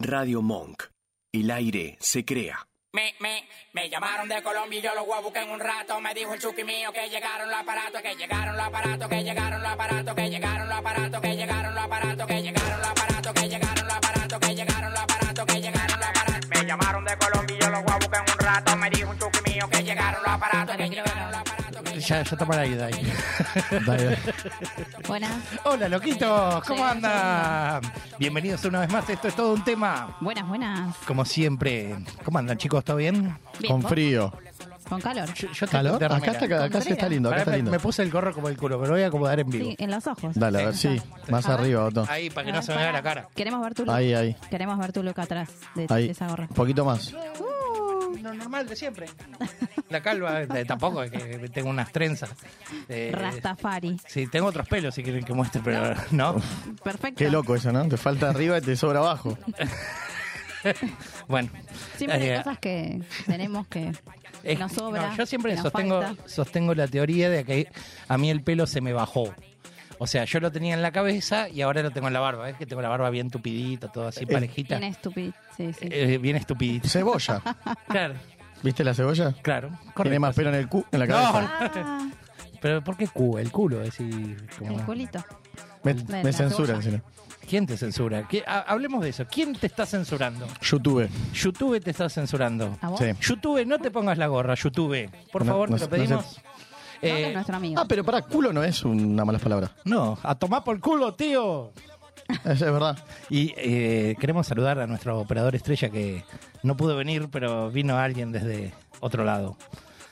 Radio Monk. El aire se crea. Me, me, me llamaron de Colombia y yo los voy a buscar en un rato. Me dijo el chuki mío que llegaron los aparatos, que llegaron los aparatos, que llegaron los aparatos, que llegaron los aparatos, que llegaron los aparatos, que llegaron los aparatos, que llegaron los aparatos, que llegaron los aparatos, que llegaron los aparatos. Me llamaron de Colombia y yo los voy a buscar en un rato. Me dijo el chuki mío que llegaron los aparatos, que llegaron los aparatos. que Ya, ya está para ahí, Dai. Buenas, Hola, loquitos, ¿cómo Sí, andan? Bienvenidos una vez más, esto es todo un tema. buenas, buenas. Como siempre, ¿cómo andan, chicos? ¿Todo bien? Bien, Con ¿vos? frío. Con calor. Yo, yo estoy ¿Calor? de Acá, remera. está, acá sí está lindo, acá Pará, está me, lindo. me puse el gorro como el culo, pero lo voy a acomodar en vivo. Sí, en los ojos. Dale, a ver, sí. Más arriba, Otto. Ahí, para que A no ver, se me vea pará. la cara. Queremos ver tu look. Ahí, ahí. Queremos ver tu look atrás de, de Ahí. esa gorra. Un poquito más. Lo normal de siempre. La calva, eh, tampoco, es que tengo unas trenzas. Eh, Rastafari. Sí, tengo otros pelos si quieren que muestre, pero no. Perfecto. Qué loco eso, ¿no? Te falta arriba y te sobra abajo. bueno. Siempre hay Eh, cosas que tenemos que Es- nos sobra. no, yo siempre que nos sostengo, falta. sostengo la teoría de que a mí el pelo se me bajó. O sea, yo lo tenía en la cabeza y ahora lo tengo en la barba. Es que tengo la barba bien tupidita, todo Eh, así, parejita. Bien estúpido. Sí, sí. Eh, bien estupidita. Cebolla. Claro, ¿Viste la cebolla? claro. Tiene correcto. más pelo en el cu en la No, cabeza. Ah, Pero ¿por qué cu? El culo, es decir, como- el culito. Me, La- me la censuran, si cebolla. no. ¿Quién te censura? ¿Qui- ha- hablemos de eso. ¿Quién te está censurando? YouTube. YouTube te está censurando. ¿A vos? Sí. YouTube, no te pongas la gorra, YouTube. Por No, favor, no te lo sé- no sé. pedimos. No, que es Eh, nuestro amigo. Ah, pero para culo no es una mala palabra. no, a tomar por culo, tío. Es, es verdad. Y eh, queremos saludar a nuestro operador estrella que no pudo venir, pero vino alguien desde otro lado.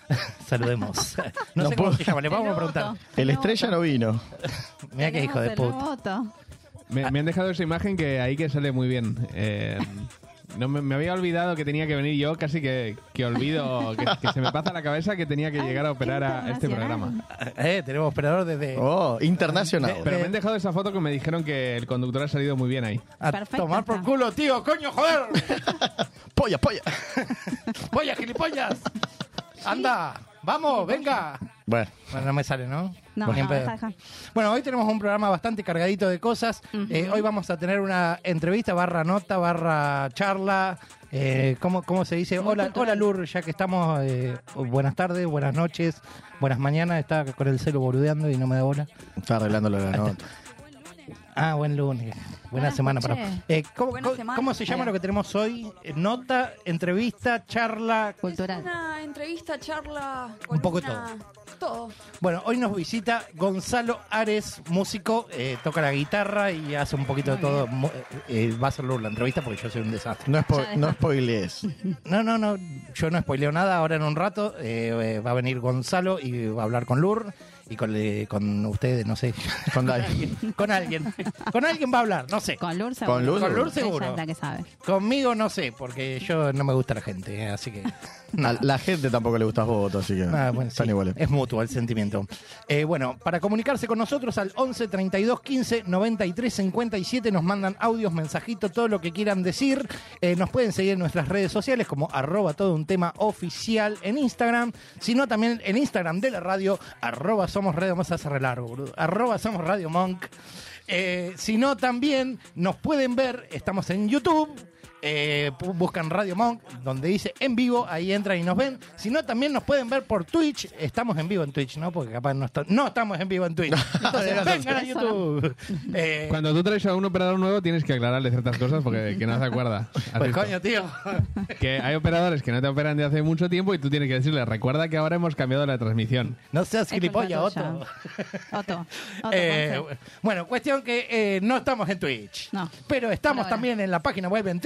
Saludemos. No, No sé cómo puedo. se llama, le vamos a preguntar. El estrella no vino. Mira qué hijo de puta. Me, me han dejado esa imagen que ahí que sale muy bien. Eh, no me, me había olvidado que tenía que venir yo, casi que, que olvido, que, que se me pasa la cabeza que tenía que Ay, llegar a operar a este internacional. programa. Eh, tenemos operador desde... Oh, internacional. Pero me han dejado esa foto que me dijeron que el conductor ha salido muy bien ahí. A Perfecto, tomar por está. culo, tío, coño, joder. Polla, polla. Polla, gilipollas. Anda, vamos, venga. Bueno, Bueno, no me sale, ¿no? No, Ni en no, pedo. deja, deja. Bueno, hoy tenemos un programa bastante cargadito de cosas. Eh, hoy vamos a tener una entrevista, barra nota, barra charla. Eh, ¿cómo, ¿Cómo se dice? Muy Hola, cultural. hola Lur, ya que estamos. eh, buenas tardes, buenas noches, buenas mañanas. Estaba con el celo boludeando y no me da bola. está arreglándolo la nota. Ah, buen lunes. Buena Buenas semana. noches. para- Eh, ¿cómo, Buena cómo- semana. cómo se llama Mira. lo que tenemos hoy? Eh, Nota, entrevista, charla. Es Cultural. una entrevista, charla. Un poco columna, Todo. Bueno, hoy nos visita Gonzalo Ares, músico, eh, toca la guitarra y hace un poquito de todo. Mu- eh, eh, va a ser Lur la entrevista porque yo soy un desastre. No, Ya espo deja. no spoilees. No, no, no, yo no spoileo nada. Ahora en un rato eh, eh, va a venir Gonzalo y va a hablar con Lur y con, eh, con ustedes, no sé. Con Dai. con alguien. Con alguien va a hablar, no sé. Con Lur seguro. Con Lur. Con Lur Ella seguro. es la que sabe. Conmigo no sé, porque yo no me gusta la gente, eh, así que. A la gente tampoco le gustas vos, Otto, así que Ah, bueno, están sí, iguales. Es mutuo el sentimiento. Eh, bueno, para comunicarse con nosotros al 11 32 15 93 57 nos mandan audios, mensajitos, todo lo que quieran decir. Eh, nos pueden seguir en nuestras redes sociales como arroba todo un tema oficial en Instagram, sino también en Instagram de la radio, arroba somos radio, vamos a hacer largo, boludo, arroba somos radio monk. Eh, sino también nos pueden ver, estamos en YouTube. Eh, pu- buscan Radio Monk, donde dice en vivo, ahí entran y nos ven. Si no, también nos pueden ver por Twitch. Estamos en vivo en Twitch, ¿no? Porque capaz no, está- no estamos en vivo en Twitch. Entonces, vengan a YouTube. Eh, Cuando tú traes a un operador nuevo tienes que aclararle ciertas cosas porque que no se acuerda. pues Acepto. coño, tío. Que hay operadores que no te operan de hace mucho tiempo y tú tienes que decirle, recuerda que ahora hemos cambiado la transmisión. No seas Es culpa gilipollas, tuya. otro. Otto. Otto, Eh, Ponce. bueno, cuestión que eh, no estamos en Twitch, No. pero estamos Ahora. también en la página web en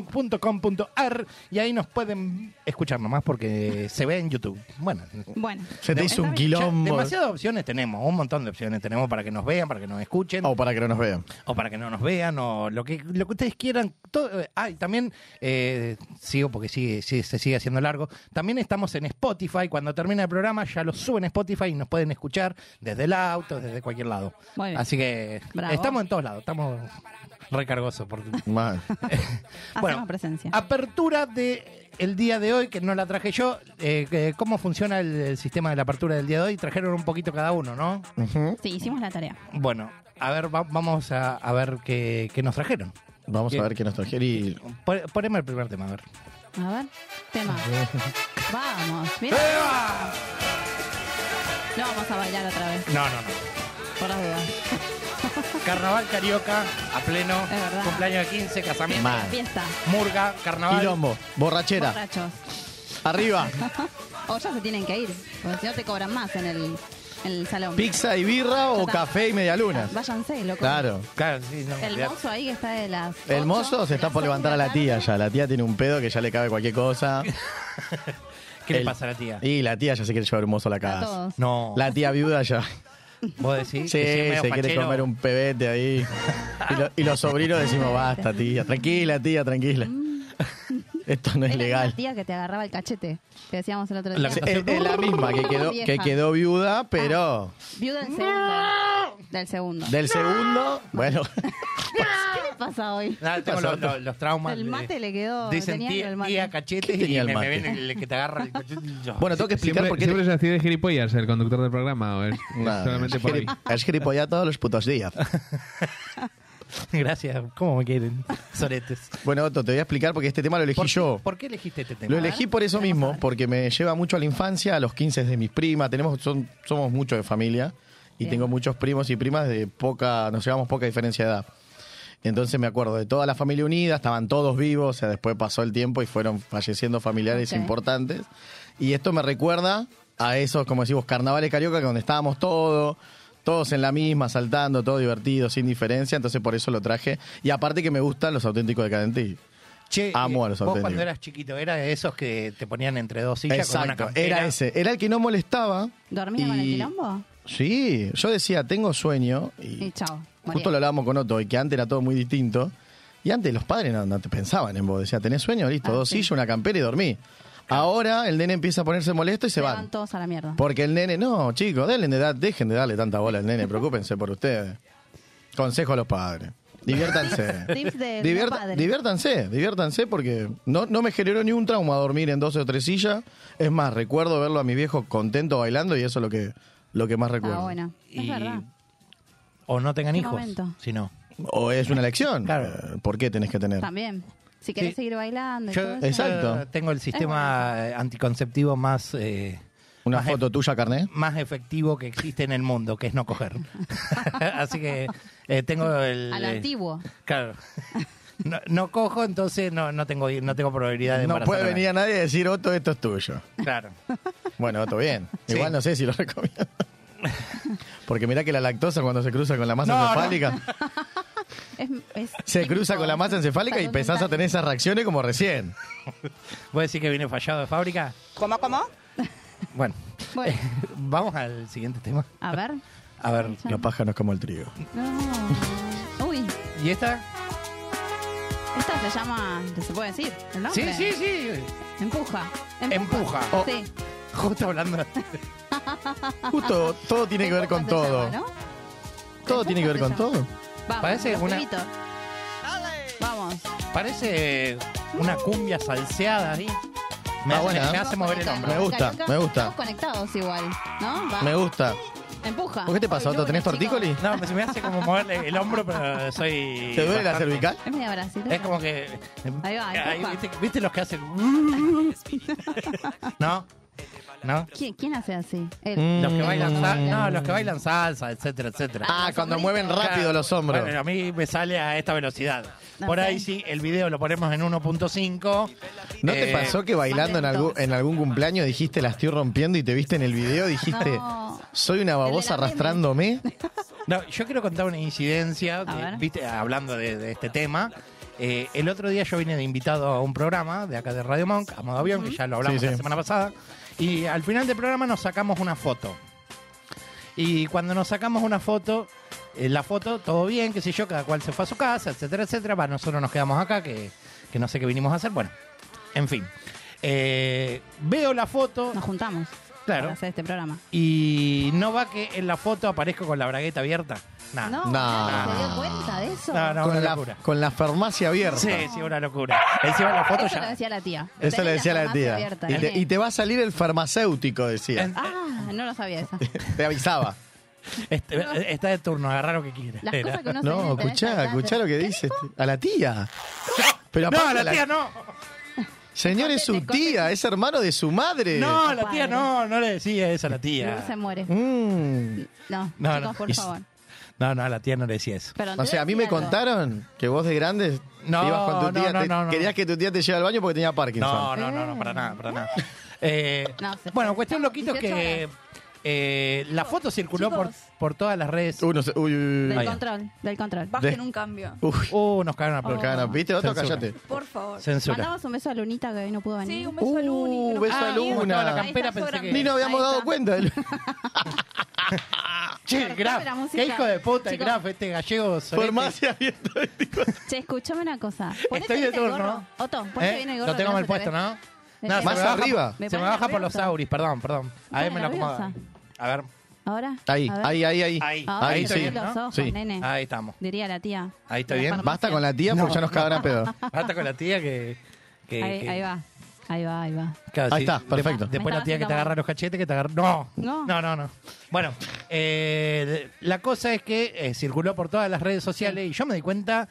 www.radiomonk.com.ar y ahí nos pueden escuchar nomás porque se ve en YouTube. Bueno, Bueno. Se te hizo Está un bien. Ya, quilombo. demasiadas opciones tenemos, un montón de opciones tenemos para que nos vean, para que nos escuchen, Oh. O Ah, oh, para que no nos vean. o para que no nos vean, o lo que, lo que ustedes quieran. Todo, eh, ah, y también, eh, sigo porque sigue, sigue- se sigue haciendo largo, también estamos en Spotify, cuando termina el programa ya lo suben a Spotify y nos pueden escuchar desde el auto, desde cualquier lado. Muy bien. Así que Bravo. estamos en todos lados, estamos recargosos. Por... Mal. Hacemos presencia. Ah. Apertura de el día de hoy, que no la traje yo, eh, que- ¿cómo funciona el, el sistema de la apertura del día de hoy? Trajeron un poquito cada uno, ¿no? Ujú. Sí, hicimos la tarea. Bueno, a ver, va- vamos a, a ver qué, qué nos trajeron. Vamos a ver qué nos trajeron. Y Pon- Poneme el primer tema, a ver. A ver, tema. Vamos, mira. No vamos a bailar otra vez, No, no, no. por las dudas. Carnaval carioca, a pleno, verdad. cumpleaños de 15, casamiento, Mal. Fiesta, murga, carnaval. quilombo, borrachera, borrachos. arriba, O ya se tienen que ir, porque si no te cobran más en el, en el salón. pizza y birra o está. café y medialuna. Váyanse, loco. Claro. Claro, sí, no, El olvidate. mozo ahí que está de las. El ocho, mozo se de está las por ocho levantar a de la tía tarde. ya. La tía tiene un pedo que ya le cabe cualquier cosa. ¿Qué le El- pasa a la tía? Y la tía ya se quiere llevar un mozo a la A casa. todos. No. La tía viuda ya. ¿Vos decís? Sí, que si es se medio quiere fachero? comer un pebete ahí. Y, lo- y los sobrinos decimos, basta, tía. Tranquila, tía, tranquila. Esto no es Era la legal. tía que te agarraba el cachete, que decíamos el otro día. La Sí, Es, es la misma que quedó, que quedó viuda, pero Viuda del segundo. Del segundo. del segundo, bueno, ¿Qué le pasa hoy? Nada, Ah, tengo los, los- los traumas. El de- mate le quedó. Dicen tenía algo el tía, mate. tía cachete ¿Qué y tenía el me, me mate? ven el que te agarra el cachete. y yo- bueno, tengo que explicar Siempre, por qué siempre se hacía de gilipollas el conductor del programa, o es Nada, solamente es por ahí. gilip- es gilipollas todos los putos días. Gracias, ¿cómo me quieren? Soretes. Bueno, Otto, te voy a explicar porque este tema lo elegí ¿Por, yo. ¿Por qué elegiste este tema? Lo elegí por eso mismo, porque me lleva mucho a la infancia, a los 15 de mis primas. Tenemos, son- somos muchos de familia y Bien. tengo muchos primos y primas de poca, nos llevamos poca diferencia de edad. Entonces me acuerdo de toda la familia unida, estaban todos vivos, o sea, después pasó el tiempo y fueron falleciendo familiares Ok. importantes. Y esto me recuerda a esos, como decimos, carnavales carioca, que donde estábamos todos, todos en la misma, saltando, todo divertido, sin diferencia. Entonces por eso lo traje. Y aparte que me gustan los auténticos decadentes. Che, eh, Amo a los Vos auténticos. cuando eras chiquito, ¿era de esos que te ponían entre dos sillas con una Exacto, campera? era ese. Era el que no molestaba. ¿Dormía y- con el quilombo? Sí, yo decía, tengo sueño. Y, Y chao. Justo lo hablábamos con Otto, y que antes era todo muy distinto. Y antes los padres no, no te pensaban en vos. Decía, ¿tenés sueño? Listo, Ah, dos sí. sillas, una campera y dormí. Ahora el nene empieza a ponerse molesto y se Se van. van todos a la mierda. Porque el nene, no, chicos, denle de edad, dejen de darle tanta bola al nene, preocúpense por ustedes. Consejo a los padres. Diviértanse. Tips- tips de- de Divierta- padre. Diviértanse, diviértanse porque no, no me generó ni un trauma dormir en 12 o 3 sillas. Es más, recuerdo verlo a mi viejo contento bailando y eso es lo que, lo que más recuerdo. Ah, bueno. Es Y- verdad. O no tengan Qué hijos. momento. Si no. O es una elección. Claro. Eh, ¿Por qué tenés que tener? También. Si querés Sí. seguir bailando. y Yo todo eso. Exacto. yo tengo el sistema eh, anticonceptivo más, eh, Una más, foto tuya, carné. más efectivo que existe en el mundo, que es no coger. Así que eh, tengo el... A lo eh, antiguo. Claro. No, no cojo, entonces no, no tengo no tengo probabilidad de No embarazarme. puede venir a nadie a decir, Otto, esto es tuyo. Claro. Bueno, Otto, bien. Sí. Igual no sé si lo recomiendo. Porque mirá que la lactosa cuando se cruza con la masa No, no. encefálica... Es- es Se químico, cruza con la masa encefálica y salud pensás a mental. tener esas reacciones como recién. ¿Vos decís que viene fallado de fábrica? ¿Cómo, cómo? Bueno, Bueno, vamos al siguiente tema. a ver. A ver. La paja no es como el trigo. No. Uy, ¿Y esta? esta se llama. ¿Se puede decir? ¿El nombre? Sí, sí, sí. Empuja. Empuja. Oh, Sí. Justo hablando. Justo todo tiene que ver con Empuja se todo. llama, ¿no? Todo tiene que ver con todo. Vamos, Parece los una- pibitos. Vamos. Parece una cumbia salseada ahí. Me, Ah, hace, bueno, me ¿eh? hace mover el hombro. Me gusta, me gusta. Estamos conectados igual, ¿no? Va. Me gusta. Empuja. ¿Por qué te pasa, Hoy Otto? ¿Tenés lunes, chicos. tortícoli? No, se me hace como mover el hombro, pero soy. ¿Te duele la bastante- cervical? Ah, Es media brasileña. Es como que. Ahí va, empuja. ¿viste, viste los que hacen. ¿No? ¿No? ¿Quién, quién hace así? Él. Mm. Los que bailan Mm. salsa, no, los que bailan salsa, etcétera, etcétera. Ah, cuando mueven rápido los hombros. Bueno, a mí me sale a esta velocidad. No Por sé. ahí sí, el video lo ponemos en 1.5. ¿No te Eh, pasó que bailando en algún, en algún cumpleaños dijiste la estoy rompiendo y te viste en el video? Dijiste No. soy una babosa El de la arrastrándome. No, yo quiero contar una incidencia, A de- ver. viste, hablando de, de este tema. Eh, el otro día yo vine de invitado a un programa de acá de Radio Monk, a modo avión, que ya lo hablamos Sí, sí. la semana pasada. Y al final del programa nos sacamos una foto. Y cuando nos sacamos una foto, eh, la foto, todo bien, qué sé yo, cada cual se fue a su casa, etcétera, etcétera. Va, nosotros nos quedamos acá, que, que no sé qué vinimos a hacer. Bueno, en fin. Eh, veo la foto, Nos juntamos claro, para hacer este programa. y no va que en la foto aparezco con la bragueta abierta. Nada. No, Ah, No. ¿se dio cuenta de eso? No, no, una Con la, Ah. locura. con la farmacia abierta. Sí, sí, una locura. Encima la foto Eso lo ya. decía la tía. Eso Tenés le decía la farmacia tía. abierta, Y te, nene. y te va a salir el farmacéutico, decía. En- Ah, no lo sabía esa. Te avisaba. Este- está de turno, agarrar lo que quiera. Las Era. cosas que uno No, se dice en escuchá, esta escuchá tarde. lo que dice. este- A la tía. Pero No, aparte la tía no. Señor, es su tía, es hermano de su madre. No, la tía no, no le decía eso a la No este- tía. se muere. Mm. No, No, chicos, no. por Y- favor. No, no, a la tía no le decía eso. Pero O Andrés sea, a mí me decía algo. contaron que vos de grande No, te ibas con tu tía. no, te- no, no, no. Querías que tu tía te lleve al baño porque tenía Parkinson. No, no, no, no, para nada, para nada. Eh, No, se bueno, fue. cuestión loquito es 18 que eh, la foto circuló por, Chicos. por todas las redes. Uy, no sé, uy, uy, uy, Del Ahí. control, del control. Bajen De- un cambio. uy. Uy, Uh, nos cagaron a por plomo. cara. ¿Viste, Otto? Censura. Cállate. Por favor. Censura. Oh. Mandamos un beso a Lunita que hoy no pudo venir. Sí, un beso a Luni. que Uh, no- beso Ah, a ahí está, Luna. la ahí campera está su pensé que- gran- Ni nos habíamos ahí dado está. cuenta. Che, Cortame la Graf, música. qué hijo de puta, el Chicos. Graf, este gallego. solete. Farmacia abierta. Che, escúchame una cosa. Ponete Estoy de bien el turno. gorro. Otto, ponete ¿Eh? bien el gorro. Lo que tengo mal se te puesto, ve. ¿no? Me No, pone se Más me baja- arriba. Me Se me pone baja por los nerviosa. auris, perdón, perdón. A Me ver, me pone lo acomoda. A ver, Ahora. Ahí, a ver. ahí, ahí, ahí. Ahí. Ahora Ahí, te sí. abrí los ojos, Sí. nene. ahí estamos. Diría la tía. Ahí está De la bien. farmacia. Basta con la tía porque No, ya nos cagan a pedo. Basta con la tía que. que- Ahí, que- ahí va. Ahí va, ahí va. Claro, Ahí sí. está, perfecto. Me Después la estaba tía que te haciendo agarra mal. los cachetes, que te agarra... No, no, No. no. no. Bueno, eh, la cosa es que eh, circuló por todas las redes sociales y yo me di cuenta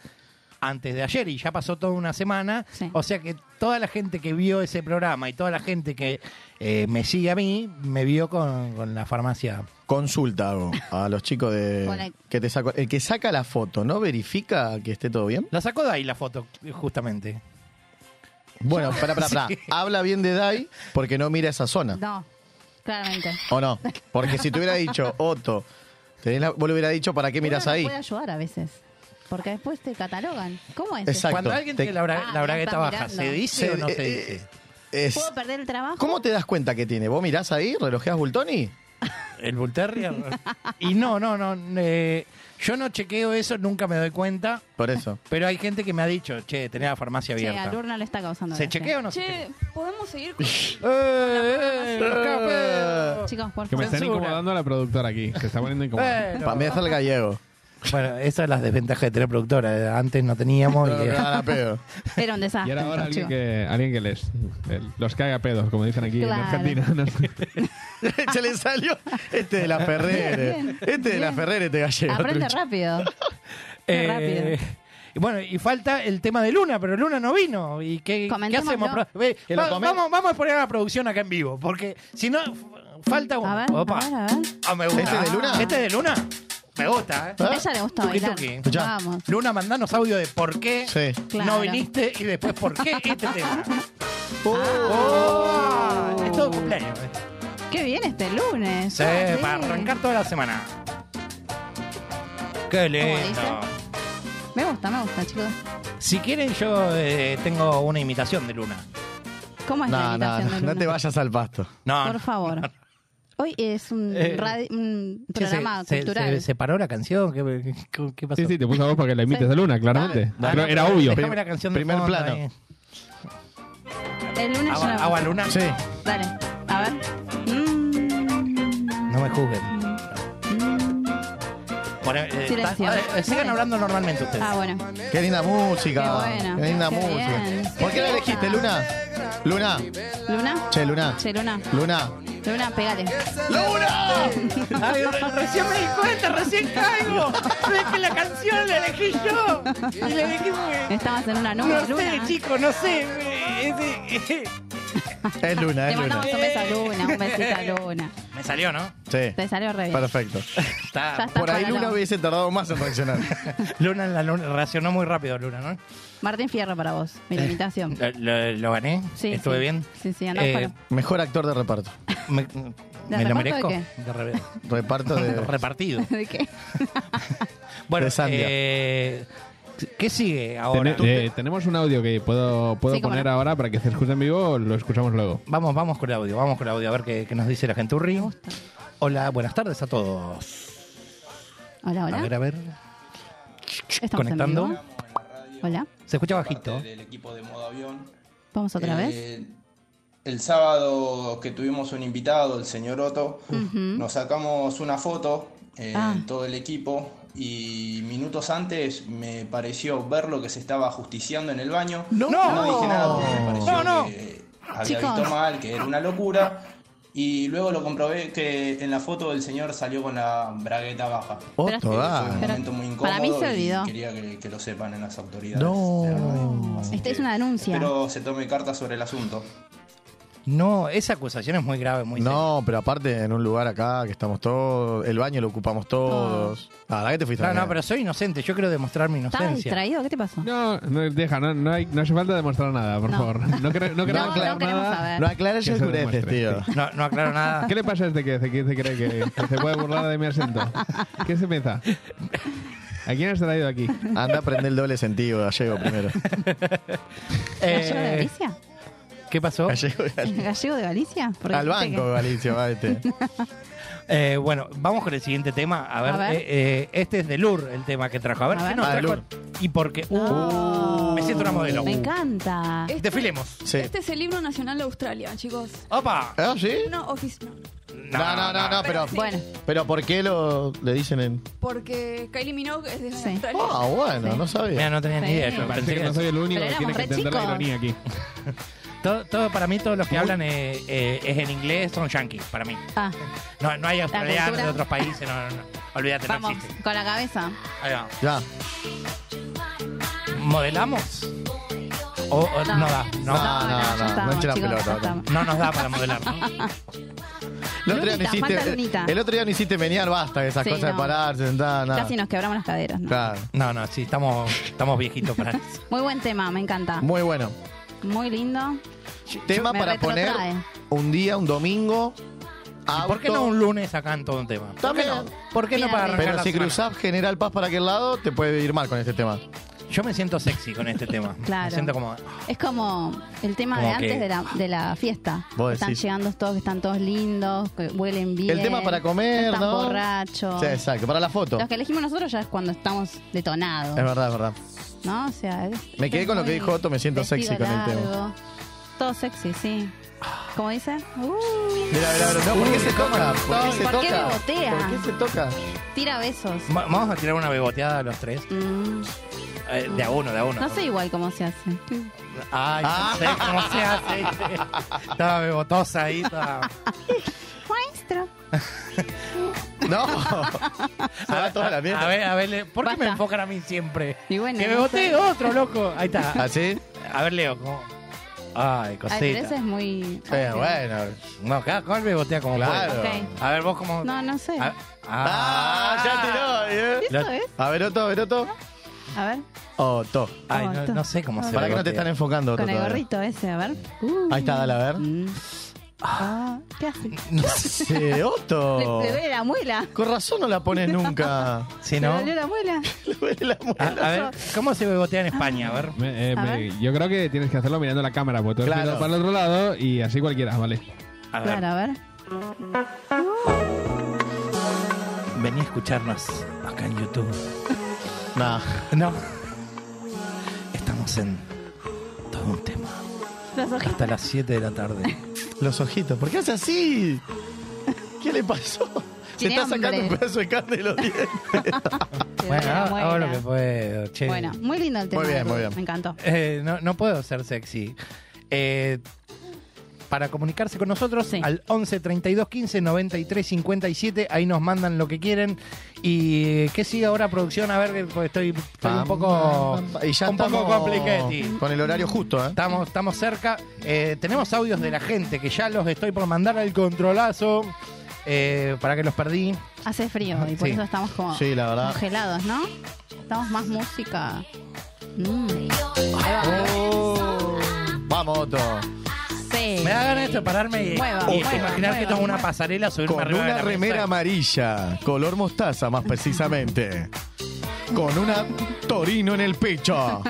antes de ayer y ya pasó toda una semana. Sí. O sea que toda la gente que vio ese programa y toda la gente que eh, me sigue a mí, me vio con, con la farmacia. Consulta hago a los chicos de Hola. que te saco, el que saca la foto, ¿no verifica que esté todo bien? La sacó de ahí la foto, justamente. Bueno, para para para. Habla bien de Dai porque no mira esa Ah. zona. No, claramente. ¿O no? Porque si te hubiera dicho, Otto, tenés la- vos le hubiera dicho, ¿para qué miras Uno no ahí? puede ayudar a veces. Porque después te catalogan. ¿Cómo es? Exacto. Cuando alguien Te- tiene la, bra- Ah, la me bragueta estás baja, ¿se mirando. dice o no Eh, se eh, dice? es- ¿Puedo perder el trabajo? ¿Cómo te das cuenta que tiene? ¿Vos mirás ahí? ¿Relojeás Bultoni? ¿El Bull Terrier? y no, no, no. eh, yo no chequeo eso, nunca me doy cuenta. Por eso. Pero hay gente que me ha dicho, che, tenés la farmacia Che, abierta. al urno le está causando ¿Se gracia. chequea o no se chequea? Che, podemos seguir con este? ¡Eh, eh, Eh. Chicos, por Que favor. me están Censura. incomodando a la productora aquí. Se está poniendo incómoda. Bueno. Para mí es el gallego. Bueno, esa es la desventaja de tener productora. Antes no teníamos. y, No, eh, nada, pedo. Era un Y desastre. ahora, ahora alguien, chicos. que, alguien que les el- los caga pedos, como dicen aquí Claro. en Argentina. ¿no? Se le salió este de la Ferrere. Bien, bien, este de la bien. Ferrere, este gallego. Aprende trucho. rápido. eh, rápido. y bueno, y falta el tema de Luna, pero Luna no vino. ¿Y qué, qué Comentémoslo. hacemos? Pro- ve, Que lo va- comen- vamos, vamos a poner a la producción acá en vivo, porque si no, f- falta un... A ver, Opa. a ver, a ver. Ah, me gusta. ¿Este es de Luna? ¿Este es de Luna? Me gusta, ¿eh? A ella le gusta Tuki, bailar. tuki. Escuchá. Vamos. Luna, mandanos audio de por qué Sí. Claro. no viniste y después por qué este tema. Oh. Es todo cumpleaños. eh. Qué bien este lunes. Sí, Ah, para arrancar toda la semana. Qué lindo. dice? Me gusta, me gusta, chicos. Si quieren, yo eh, tengo una imitación de Luna. ¿Cómo es la No, no, invitación no, de no Luna? te vayas al pasto. No. Por no. favor. Hoy es un, Eh, radi- un Che, se- programa se, cultural. Se, se paró la canción? ¿Qué, qué- qué pasó? Sí, sí, te puso a vos para que la imites de Luna, claramente. Ah, Pero no, era pero obvio. Déjame la canción de Primer fondo plano. ahí. El lunes Agua, yo no- agua Luna. Sí. Dale, a ver. Mm, No me juzguen. Bueno, eh, Silencio. ta- eh, sigan hablando normalmente ustedes. Ah, bueno. Qué linda música. Qué buena. linda Qué música. bien. ¿Por qué la elegiste, Luna? Luna. ¿Luna? Che, Luna. Che, Luna. Luna. Luna, pegale. ¡Luna! Ay, re- recién me di cuenta, recién caigo. Es que la canción la elegí yo. Y la elegí porque- Estabas en una nube, No sé, Luna. chico, no sé. eh, es de- Es Luna, Te es Luna. mandamos un beso a Luna, un besito a Luna. Me salió, ¿no? Sí. Te salió re bien. Perfecto. Ya Está. está Por ahí para Luna lo- hubiese tardado más en reaccionar. Luna en la luna, reaccionó muy rápido Luna, ¿no? Martín Fierro para vos, mi limitación. Lo, lo- lo gané, Sí, Eh. estuve sí. bien. Sí, sí, andás Eh, Mejor actor de reparto. ¿Me, me lo reparto merezco? de De re- Reparto de. repartido. ¿De qué? Bueno, De Sandia. eh, ¿qué sigue ahora? Ten- eh, tenemos un audio que puedo, puedo Sí, cómo poner no. ahora para que se escuche en vivo o lo escuchamos luego. Vamos, vamos con el audio, vamos con el audio, a ver qué, qué nos dice la genturri. Hola, buenas tardes a todos. Hola, A ver, hola. a ver. Estamos en conectando. vivo. Hola. Se escucha bajito. del equipo de modo avión. Vamos otra vez. Eh, El sábado que tuvimos un invitado, el señor Otto, Ujú. nos sacamos una foto, eh, Ah. todo el equipo, y minutos antes me pareció verlo que se estaba justiciando en el baño. ¡No! dije nada porque me pareció No, no. que había Chicos. visto mal, que era una locura. Y luego lo comprobé que en la foto el señor salió con la bragueta baja. Pero- Otto, Ah. Fue un dale. Pero momento muy incómodo para mí se olvidó. y quería que, que lo sepan en las autoridades. No. de la radio. Así Esta que Este es una denuncia. Espero se tome cartas sobre el asunto. No, esa acusación es muy grave, muy seria. No, pero aparte en un lugar acá que estamos todos, el baño lo ocupamos todos. Ah, la que te fuiste. No, Daniel. no, pero soy inocente, yo quiero demostrar mi ¿Estabas inocencia. distraído? ¿Qué te pasó? No, no, deja, no, no, hay, no hace falta demostrar nada, por No. favor. No, queremos no, queremos no aclarar queremos nada. saber. No aclares Que el se jureces, demuestre, tío. No, no aclaro nada. ¿Qué le pasa a este que se, que se cree que, que se puede burlar de mi acento? ¿Qué se piensa? ¿A quién has traído aquí? Anda a aprender el doble sentido, gallego primero. ¿Gallego de Eh, Galicia? ¿Qué pasó? Gallego y gal- ¿Gallego de Galicia? Porque Al dijiste banco, Galicia, va este. Eh, bueno, vamos con el siguiente tema. A ver, A ver. eh, eh, este es de Lur, el tema que trajo. A ver, A ¿qué ver. nos Ah, trajo? Lur. Y porque. que- Uh, me siento una modelo. Me encanta. Este- Desfilemos. Sí. Este es el libro nacional de Australia, chicos. ¡Opa! ¿Ah, sí? No, ofici- no, no. No, no, no, no, pero, Bueno, pero ¿por qué lo le dicen en.? Porque Kylie Minogue es de Sí. Australia. Ah, bueno, no Mira, sabía. no tenía ni Sí. idea. yo Parece pensé que que no soy el único Pero que éramos tiene que re entender la chicos. ironía aquí. todo, todo- para mí, todos los que hablan eh, eh, es en inglés son yankees, para mí. ah, No, no hay australianos cultura. de otros países, no, no, no. Olvídate, vamos, no existe. con la cabeza. Ahí va. Ya. ¿Modelamos? O, o no. da, Ah, no. No, no, ya no, estamos, no eche la chicos, pelota, ya no. estamos. No nos da para modelar. El otro día no Lunita, falta hiciste, lunita. el otro día no hiciste menear, basta de esas Sí, cosas de no. pararse, sentar, nada. Casi nos quebramos las caderas. ¿no? Claro. No, no, sí, estamos, estamos viejitos para eso. Muy buen tema, me encanta. Muy bueno. Muy lindo. Tema me para poner retrotrae. un día, un domingo. Auto, ¿Por qué no un lunes acá en todo un tema? ¿Por qué También. no? ¿Por qué no para arrancar Pero la si semana? cruzás General Paz para aquel lado, te puede ir mal con este tema. Yo me siento sexy con este tema. Claro. Me siento como... Es como el tema Como de antes que- de, la, de la fiesta. Vos Que están decís. llegando todos, que están todos lindos, que huelen bien. El tema para comer, están ¿no? borrachos. Sí, exacto, para la foto. Los que elegimos nosotros ya es cuando estamos detonados. Es verdad, es verdad. ¿No? O sea, es- Me quedé es con lo muy que dijo Otto, me siento vestido sexy con el tema. largo. Todo sexy, sí. ¿Cómo dice? Uh, Mira, mira, mira. No, ¿Por qué se toca? ¿Por qué se ¿Por qué toca? rebotea? ¿Por qué se toca? tira besos. Va- Vamos a tirar una beboteada a los tres. Mm, Eh, de a uno, de a uno. no sé igual cómo se hace. Ay, Ah. no sé cómo se hace. estaba bebotosa ahí. Estaba... Maestro. No. Se va toda la A mierda. ver, a ver, le- ¿por qué me Basta. enfocan a mí siempre? Y bueno, que no bebotee sé. otro, loco. Ahí está. ¿Así? A ver, Leo, ¿cómo? Ay, Ay, pero ese cosita. es muy. Eh, bueno. No, cada cual bebotea como Claro. Ok. puede. A ver, vos como... No, no sé. Ah, Ah, ya tiró. ¿eh? ¿Eso lo- es? A ver, Otto, a ver, Otto. A ver, Otto. Ay, Oh, no, esto- no sé cómo se Para que no te bebotea. están enfocando, Otto. con el todavía. gorrito ese, a ver. Ahí está, dale, a ver. Mm. Ah, ¿Qué hace? Sí, Otto. Le, le duele la muela. Con razón no la pones nunca. Sí, Le ¿no? dolió la muela. Le duele la A, muela. a ver, ¿cómo se Ah. bebotea en España? A ver. Me- eh, A me- ver. yo creo que tienes que hacerlo mirando la cámara, porque tú has Claro. mirado para el otro lado y así cualquiera, ¿vale? A ver. Claro, a ver. Vení a escucharnos acá en YouTube. Nah. No. Estamos en todo un tema. Los ojitos. Hasta las 7 de la tarde. Los ojitos. ¿Por qué hace así? ¿Qué le pasó? Se Tiene está sacando hambre. un pedazo de carne de los dientes. Le bueno, duele la hago- hago muela. lo que puedo, che. Bueno, muy lindo el tema. Muy bien, Lu. muy bien. Me encantó. Eh, no, no puedo ser sexy. Eh, para comunicarse con nosotros Sí. al 11 32 15 93 57, ahí nos mandan lo que quieren. ¿Y que sigue ahora producción? A ver, porque estoy, estoy un poco, Pam, pam, pam. Y ya un poco estamos complicati. Con el horario justo, ¿eh? Estamos, estamos cerca. Eh, tenemos audios de la gente que ya los estoy por mandar al controlazo eh, para que los perdí. Hace frío y por Sí. eso estamos como Sí, la verdad. congelados, ¿no? Estamos más música. Mm. Ahí va. Oh. Vamos, Otto. Sí. Me da ganas de pararme y, Mueva, y mueva, imaginar que mueva, esto es una mueva. pasarela, subirme Con arriba de una la remera mesa. amarilla, color mostaza más precisamente. Con una torino en el pecho.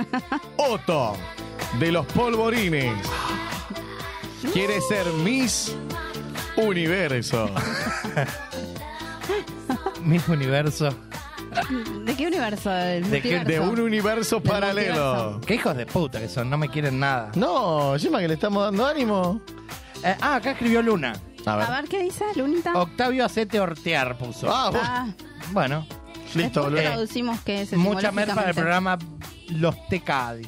Otto, de los polvorines. Quiere ser Miss Universo. Mis universo. ¿De qué universo? ¿Del ¿De qué- multiverso? De un universo paralelo. multiverso. Qué hijos de puta que son, no me quieren nada. No, Yema, que le estamos dando ánimo. Eh, ah, acá escribió Luna. A A ver, ¿qué dice, Lunita? Octavio hacete hortear puso. Ah, bueno. Ah, Bueno, listo, después boludo. traducimos que es mucha merda para el etimológicamente. programa Los Tecadi.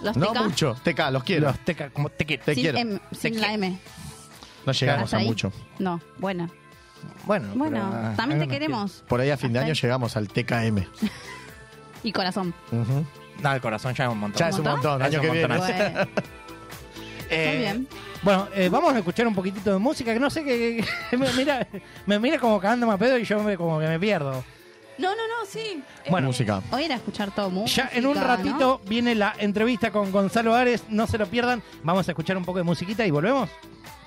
Los No teca- mucho. Teca, los quiero. Los Teca, como Tequete. Te sin quiero. M, sin Te la M. No llegamos ¿Hasta a ahí? mucho. No, bueno. Bueno, pero, Bueno, ah, también te háganos queremos. Por ahí a fin de Hasta año ahí. llegamos al TKM. Y corazón. Ujú. bien. No, el corazón ya es un montón. Ya es un montón, Es año un que viene. montonazo. Bueno, Eh, muy bien. Bueno, eh, vamos a escuchar un poquitito de música, que no sé qué... que- me, mira, me mira como cagándome a pedo y yo me- como que me pierdo. No, no, no, sí. Eh, Bueno, Música. Hoy era escuchar todo mucho. Ya en un ratito viene la entrevista con Gonzalo Ares, no se lo pierdan. Vamos a escuchar un poco de musiquita y volvemos.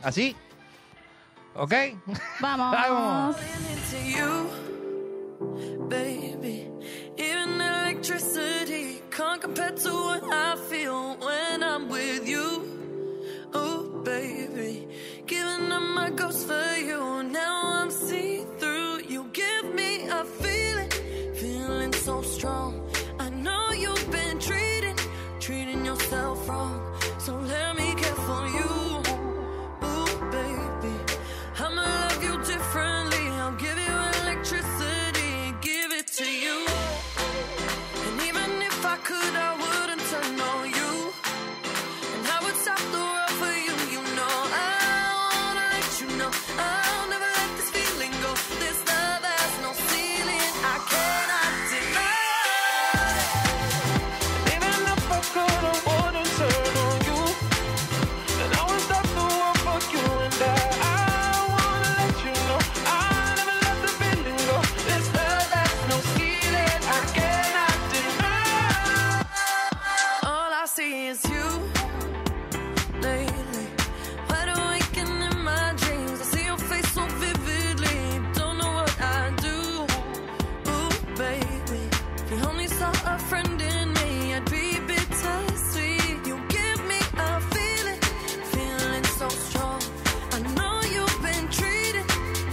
¿Así? ¿Ok? Vamos. Vamos. into you, baby. Even electricity can't compare to what I feel when I'm with you. Oh, baby. Giving up my ghost for you. Now I'm see through. You give me a feeling, feeling so strong. I know you've been treating, treating yourself wrong. So let me care for you. Ooh, baby, I'ma love you differently. I'll give you electricity, give it to you. And even if I could, I wouldn't turn on you. And I would stop the world for you, you know. I wanna let you know. I'll never let this feeling go. This love has no ceiling. I cannot deny. Even if I could, I wouldn't turn on you. And I will stop the world for you and I. I wanna let you know I never let the feeling go. This love has no ceiling. I cannot deny. All I see is you lately. Wide awaken in my dreams. I see your face so vividly. Don't know what I do. Ooh, baby, if you only saw a friend in me, I'd be bittersweet. You give me a feeling, feeling so strong. I know you've been treating,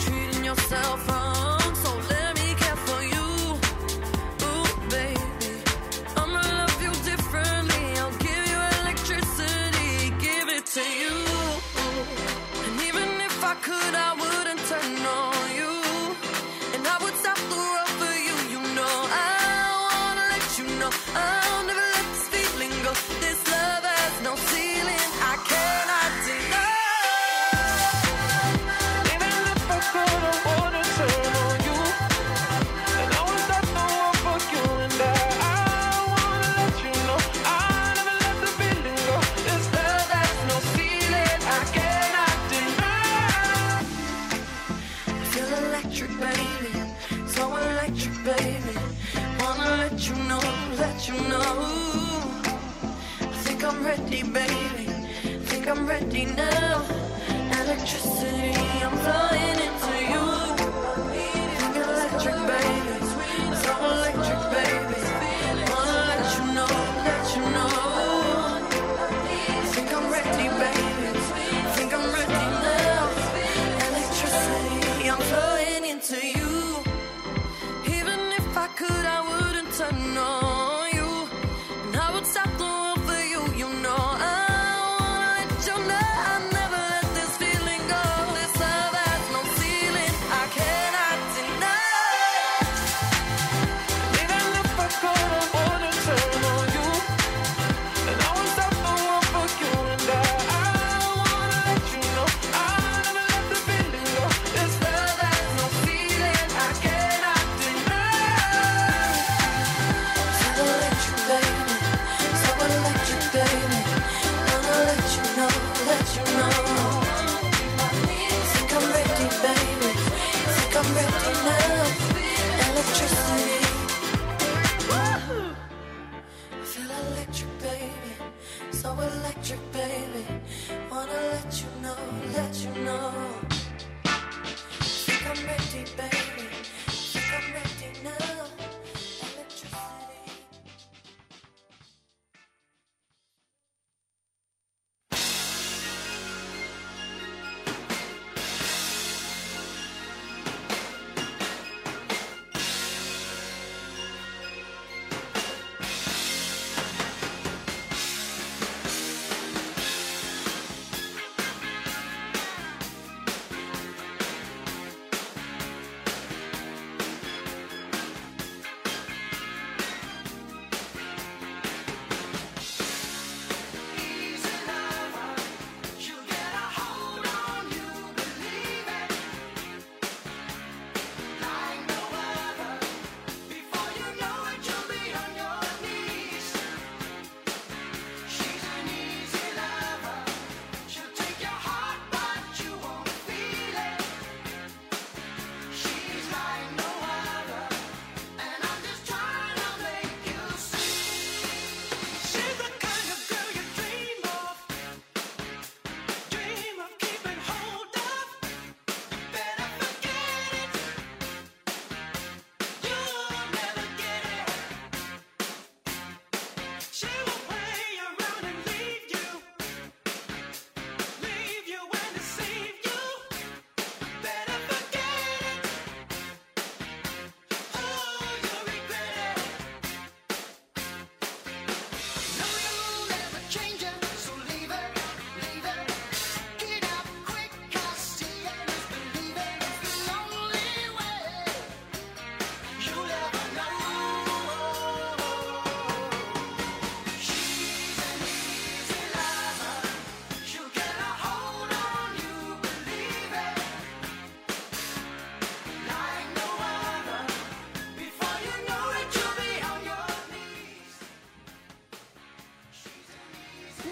treating yourself wrong. So let me care for you, ooh, baby. I'ma love you differently. I'll give you electricity, give it to you. And even if I could, I wouldn't turn on you. And I would stop the world for you, you know. I wanna let you know. I'll never let this feeling go. This love has no ceiling. I cannot deny. Even if I could, I wouldn't turn on you. And I would stop the world for you and I. I wanna let you know. I never let the feeling go. This love has no ceiling. I cannot deny. Feel electric, baby. So electric, baby. Wanna let you know, let you know. I think I'm ready, baby. Think I'm ready now. Electricity, I'm flying into you. Think electric, baby. So electric, baby. Wanna let you know, let you know. Think I'm ready, baby. Think I'm ready now. Electricity, I'm flowing into you. Even if I could, I wouldn't turn on you. And I would stop the world for you, you know. I wanna let you know I'll never let this feeling go. This love has no ceiling. I cannot deny. Even if I could, I wouldn't turn on you. And I won't stop the world for you and I. I wanna let you know I never let the feeling go. This love has no ceiling. I cannot deny. So electric, baby. So electric, baby. Wanna let you know, let you know. Think I'm ready, baby. Think I'm ready now. Electricity. I feel electric, baby. So electric, baby. Wanna let you know, let you know. Think I'm ready, baby. Think I'm ready now. Electricity.